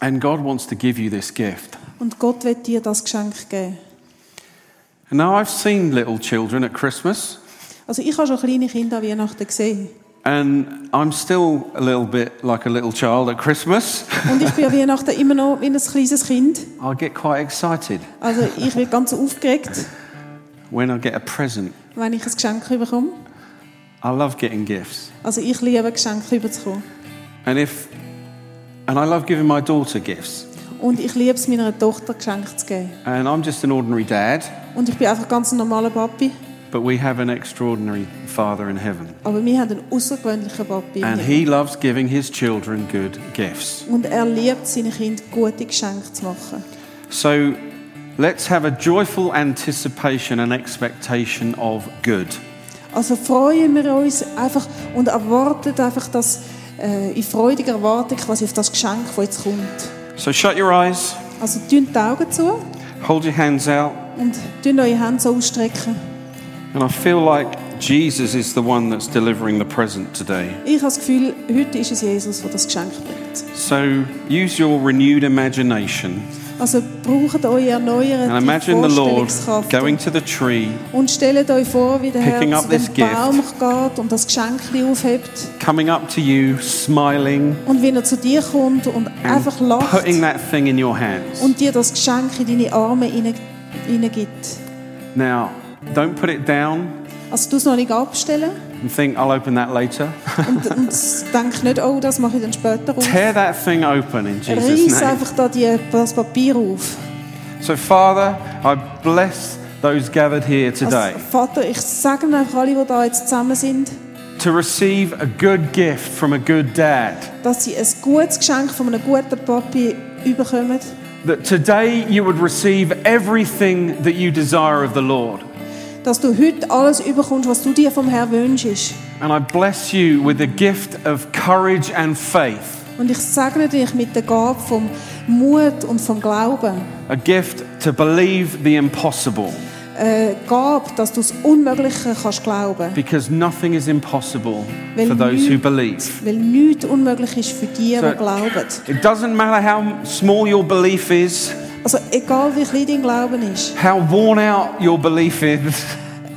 S2: And God wants to give you this gift.
S3: Und Gott wird dir das Geschenk geben.
S2: Now, I've seen little children at Christmas,
S3: Also, ich habe schon kleine Kinder an Weihnachten gesehen.
S2: and I'm still a little bit like a little child at Christmas.
S3: Und ich bin an Weihnachten immer noch wie ein kleines Kind.
S2: I get quite excited
S3: Also, ich werde ganz aufgeregt,
S2: when I get a present.
S3: wenn ich ein Geschenk bekomme.
S2: I love getting gifts.
S3: Also, ich liebe Geschenke bekommen.
S2: And if and I love giving my daughter gifts.
S3: Und ich liebe es, meiner Tochter Geschenke zu geben.
S2: And I'm just an ordinary dad,
S3: Und ich bin einfach ganz ein normaler Papi.
S2: but we have an extraordinary Father in heaven.
S3: Aber wir haben einen außergewöhnlichen Papi.
S2: And he loves giving his children good gifts.
S3: Und er liebt seinen Kindern gute Geschenke zu machen.
S2: So let's have a joyful anticipation and expectation of good.
S3: Also freuen wir uns einfach und erwarten einfach, dass äh, in freudiger Erwartung quasi auf das Geschenk, das jetzt kommt.
S2: So shut your eyes,
S3: Also tun die Augen zu
S2: hold your hands out.
S3: und tun eure Hände so ausstrecken.
S2: And I feel like Jesus is the one that's delivering the present today.
S3: Ich habe das Gefühl, heute ist es Jesus, der das Geschenk bringt.
S2: So use your renewed imagination
S3: Also braucht eure
S2: and
S3: erneuerte
S2: imagine the Lord
S3: Vorstellungskraft
S2: going to the tree,
S3: und stellt euch vor, wie der
S2: Picking
S3: Herr
S2: up
S3: zu
S2: this
S3: dem
S2: gift.
S3: Baum geht und das Geschenk aufhebt
S2: coming up to you, smiling,
S3: und wie er zu dir kommt und
S2: and
S3: einfach lacht.
S2: putting that thing in your hands.
S3: und dir das Geschenk in deine Arme hinein- hineingibt.
S2: Now, don't put it down
S3: Also du es noch nicht abstellen
S2: and think, I'll open that later.
S3: und, und denk nicht, oh, das mache ich dann später auf.
S2: Tear that thing open in Jesus'
S3: Reiss
S2: name.
S3: einfach da die, das Papier auf.
S2: So, Father, I bless those gathered here
S3: Also,
S2: today
S3: Vater, ich sage einfach alle, die da jetzt zusammen sind,
S2: to receive a good gift from a good dad.
S3: dass sie ein gutes Geschenk von einem guten Papi überkommen.
S2: that today you would receive everything that you desire of the Lord.
S3: dass du heute alles überkommst, was du dir vom Herrn wünschst.
S2: And I bless you with the gift of courage and faith,
S3: Und ich segne dich mit der Gabe vom Mut und vom Glauben.
S2: a gift to believe the impossible,
S3: Äh, Gabe, dass du das Unmögliche kannst glauben.
S2: because nothing is impossible
S3: Wenn
S2: for those who
S3: nichts-
S2: believe.
S3: Weil nichts unmöglich ist für die,
S2: So-
S3: die glauben.
S2: It doesn't matter how small your belief is,
S3: Also egal wie klein dein Glauben ist,
S2: how worn out your belief is,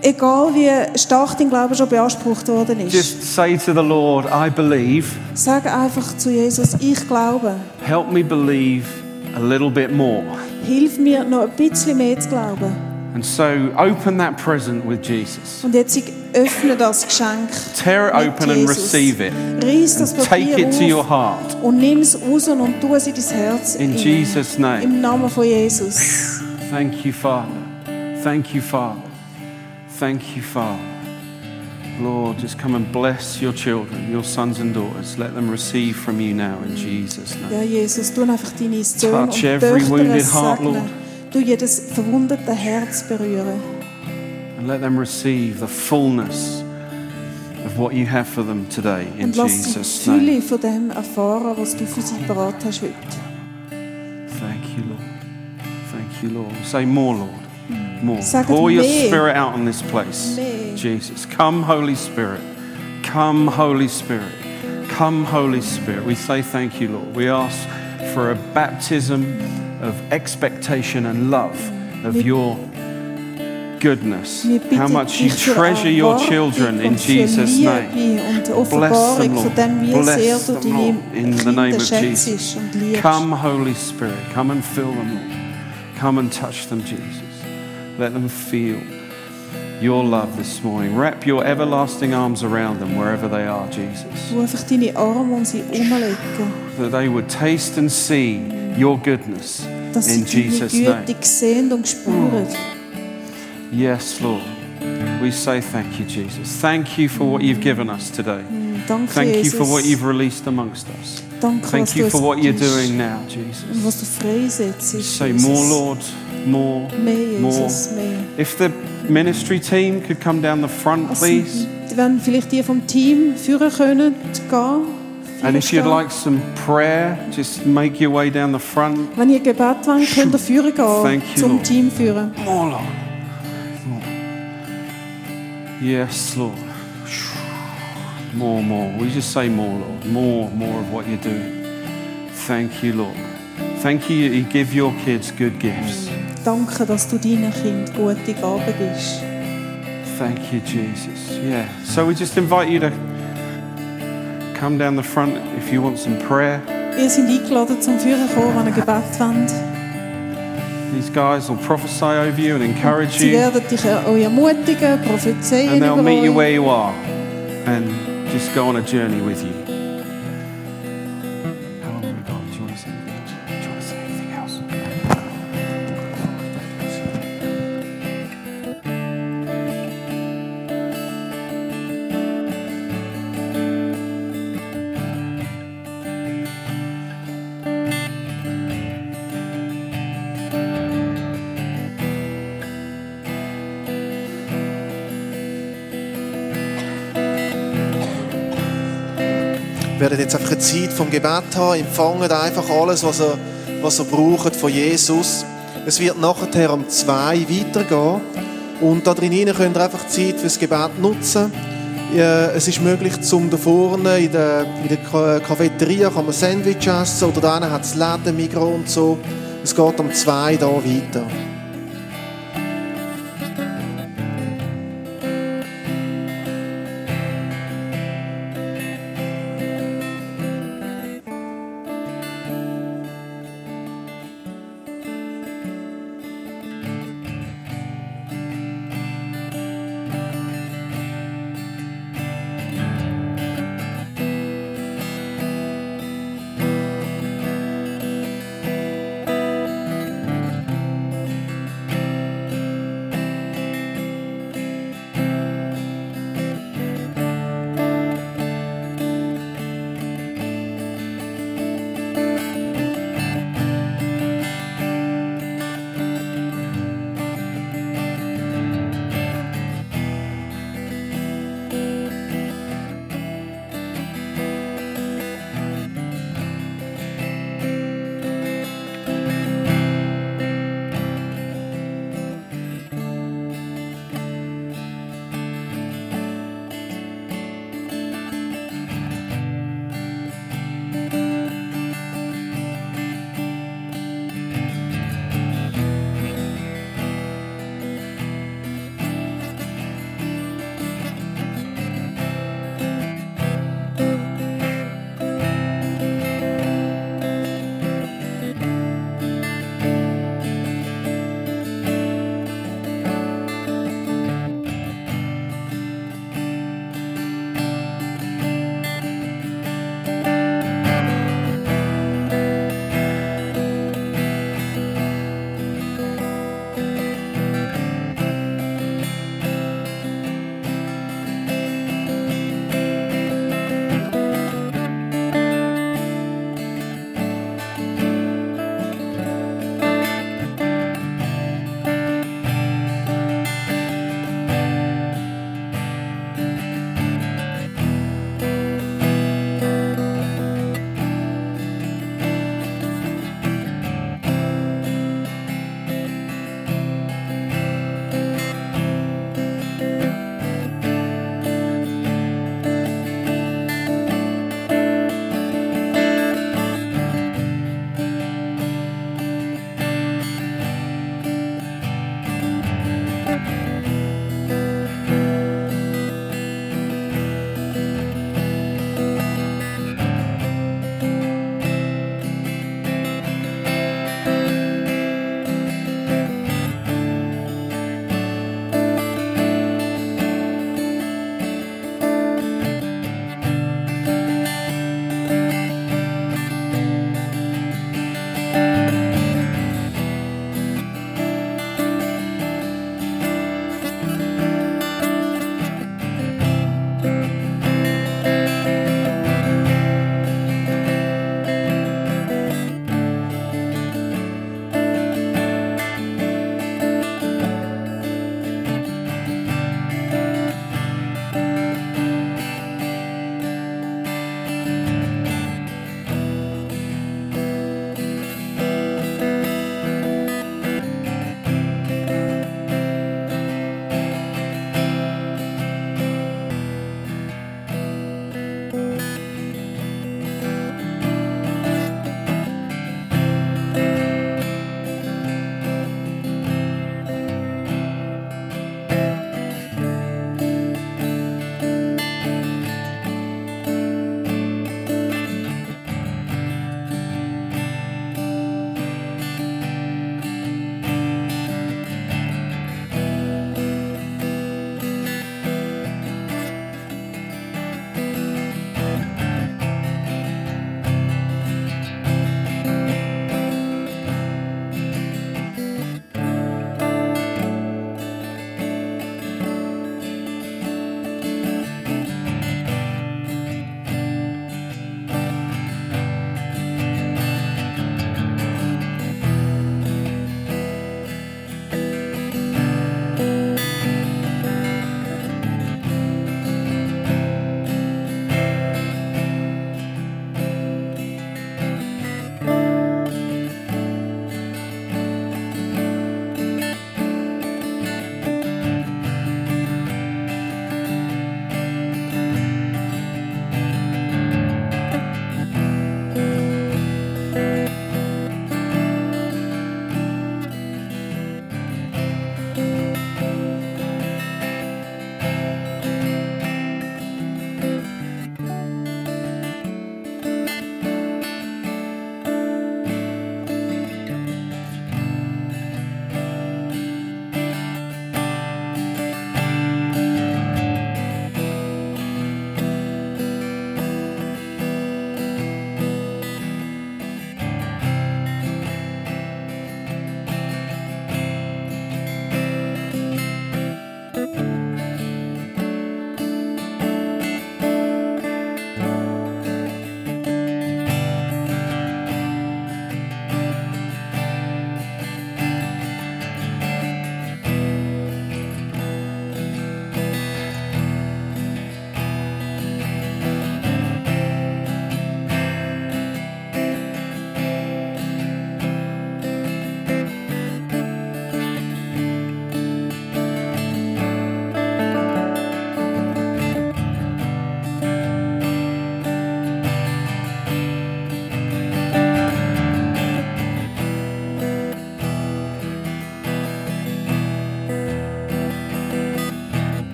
S3: egal wie stark dein Glaube schon beansprucht worden ist,
S2: just say to the Lord, I believe,
S3: sag einfach zu Jesus, ich glaube.
S2: help me believe a little bit more.
S3: Hilf mir noch ein bisschen mehr zu glauben.
S2: And so open that present with Jesus.
S3: Und jetzt öffne das Geschenk.
S2: Tear it
S3: mit
S2: open and
S3: Jesus.
S2: receive it.
S3: Reiss das
S2: Take
S3: Papier
S2: it to your
S3: auf.
S2: heart.
S3: Und nimm es raus und tu es in dein Herz.
S2: In
S3: rein.
S2: Jesus' name.
S3: Im Namen von Jesus.
S2: Thank you, Father. Thank you, Father. Thank you, Father. Lord, just come and bless your children, your sons and daughters. Let them receive from you now in Jesus' name.
S3: Ja, Jesus, tu einfach deine Söhne
S2: Touch
S3: und
S2: every
S3: Töchter
S2: wounded heart, Lord.
S3: segnen. Du jedes verwundete Herz berühren.
S2: And let them receive the fullness of what you have for them today in
S3: Und lass die
S2: Jesus' name.
S3: Fülle von dem erfahren, was du für sie parat hast heute.
S2: Thank you, Lord. Thank you, Lord. Say more, Lord. More.
S3: Sag
S2: Pour your
S3: mehr.
S2: spirit out on this place.
S3: Mehr.
S2: Jesus. Come, Holy Spirit. Come, Holy Spirit. Come, Holy Spirit. We say thank you, Lord. We ask for a baptism of expectation and love of your goodness.
S3: Wir
S2: How
S3: bitten
S2: much you
S3: dich für
S2: treasure your children
S3: Erwartung
S2: in
S3: und für
S2: Jesus' name.
S3: Liebe
S2: Bless
S3: und
S2: them,
S3: Offenbarung
S2: Lord.
S3: von dem, wie
S2: Bless
S3: sehr du
S2: them, Lord, in
S3: deine
S2: the name
S3: Kinder
S2: of
S3: schätzt
S2: Jesus.
S3: und liebst.
S2: Come, Holy Spirit, come and fill them, Lord. Come and touch them, Jesus. Let them feel your love this morning. Wrap your everlasting arms around them wherever they are, Jesus.
S3: Du einfach deine Arme um sie umlegen,
S2: That they would taste and see your goodness
S3: dass sie
S2: in
S3: deine
S2: Jesus' name. Hmm.
S3: Güte sehen und spüren.
S2: Yes, Lord. We say thank you, Jesus. Thank you for what you've given us today.
S3: Danke,
S2: Thank you
S3: Jesus.
S2: for what you've released amongst us.
S3: Danke, was
S2: Thank you
S3: du
S2: for
S3: uns
S2: what you're
S3: gibst
S2: doing now,
S3: Und was
S2: Jesus.
S3: du freisetzt. ist
S2: Say
S3: Jesus.
S2: more, Lord, more,
S3: Mehr,
S2: more.
S3: Jesus, mehr.
S2: If the ministry team could come down the front,
S3: Also,
S2: please.
S3: Wenn vielleicht die vom Team führen können, gehen.
S2: And if you'd
S3: Führen
S2: like some prayer, just make your way down the front.
S3: gehen. Wenn ihr Gebet wollt, könnt ihr führen gehen,
S2: Thank you,
S3: zum
S2: Lord.
S3: Team führen.
S2: More, Lord. More. Yes, Lord. More, more. We just say more, Lord. More, more of what you're doing. Thank you, Lord. Thank you, you give your kids good gifts.
S3: Danke, dass du deinen Kindern gute Gaben gibst.
S2: Thank you, Jesus. Yeah. So we just invite you to come down the front if you want some prayer.
S3: Ihr seid eingeladen zum Führen kommen, wenn ihr Gebet wollt.
S2: These guys will prophesy over you and encourage
S3: Sie
S2: you,
S3: werden dich auch ermutigen, prophezeien
S2: and they'll
S3: über
S2: meet you where
S3: euch.
S2: you are and just go on a journey with you. How long have we got? Do you want to say, do you want to say anything else?
S1: Wir werden jetzt einfach eine Zeit vom Gebet haben. Empfangen einfach alles, was ihr, was ihr braucht von Jesus. Es wird nachher um zwei weitergehen. Und da drin hinein könnt ihr einfach Zeit fürs Gebet nutzen. Ja, Es ist möglich, zum da vorne in der, in der Ka- Cafeteria kann man Sandwich essen oder da hat es Läden, Migros und so. Es geht um zwei da weiter.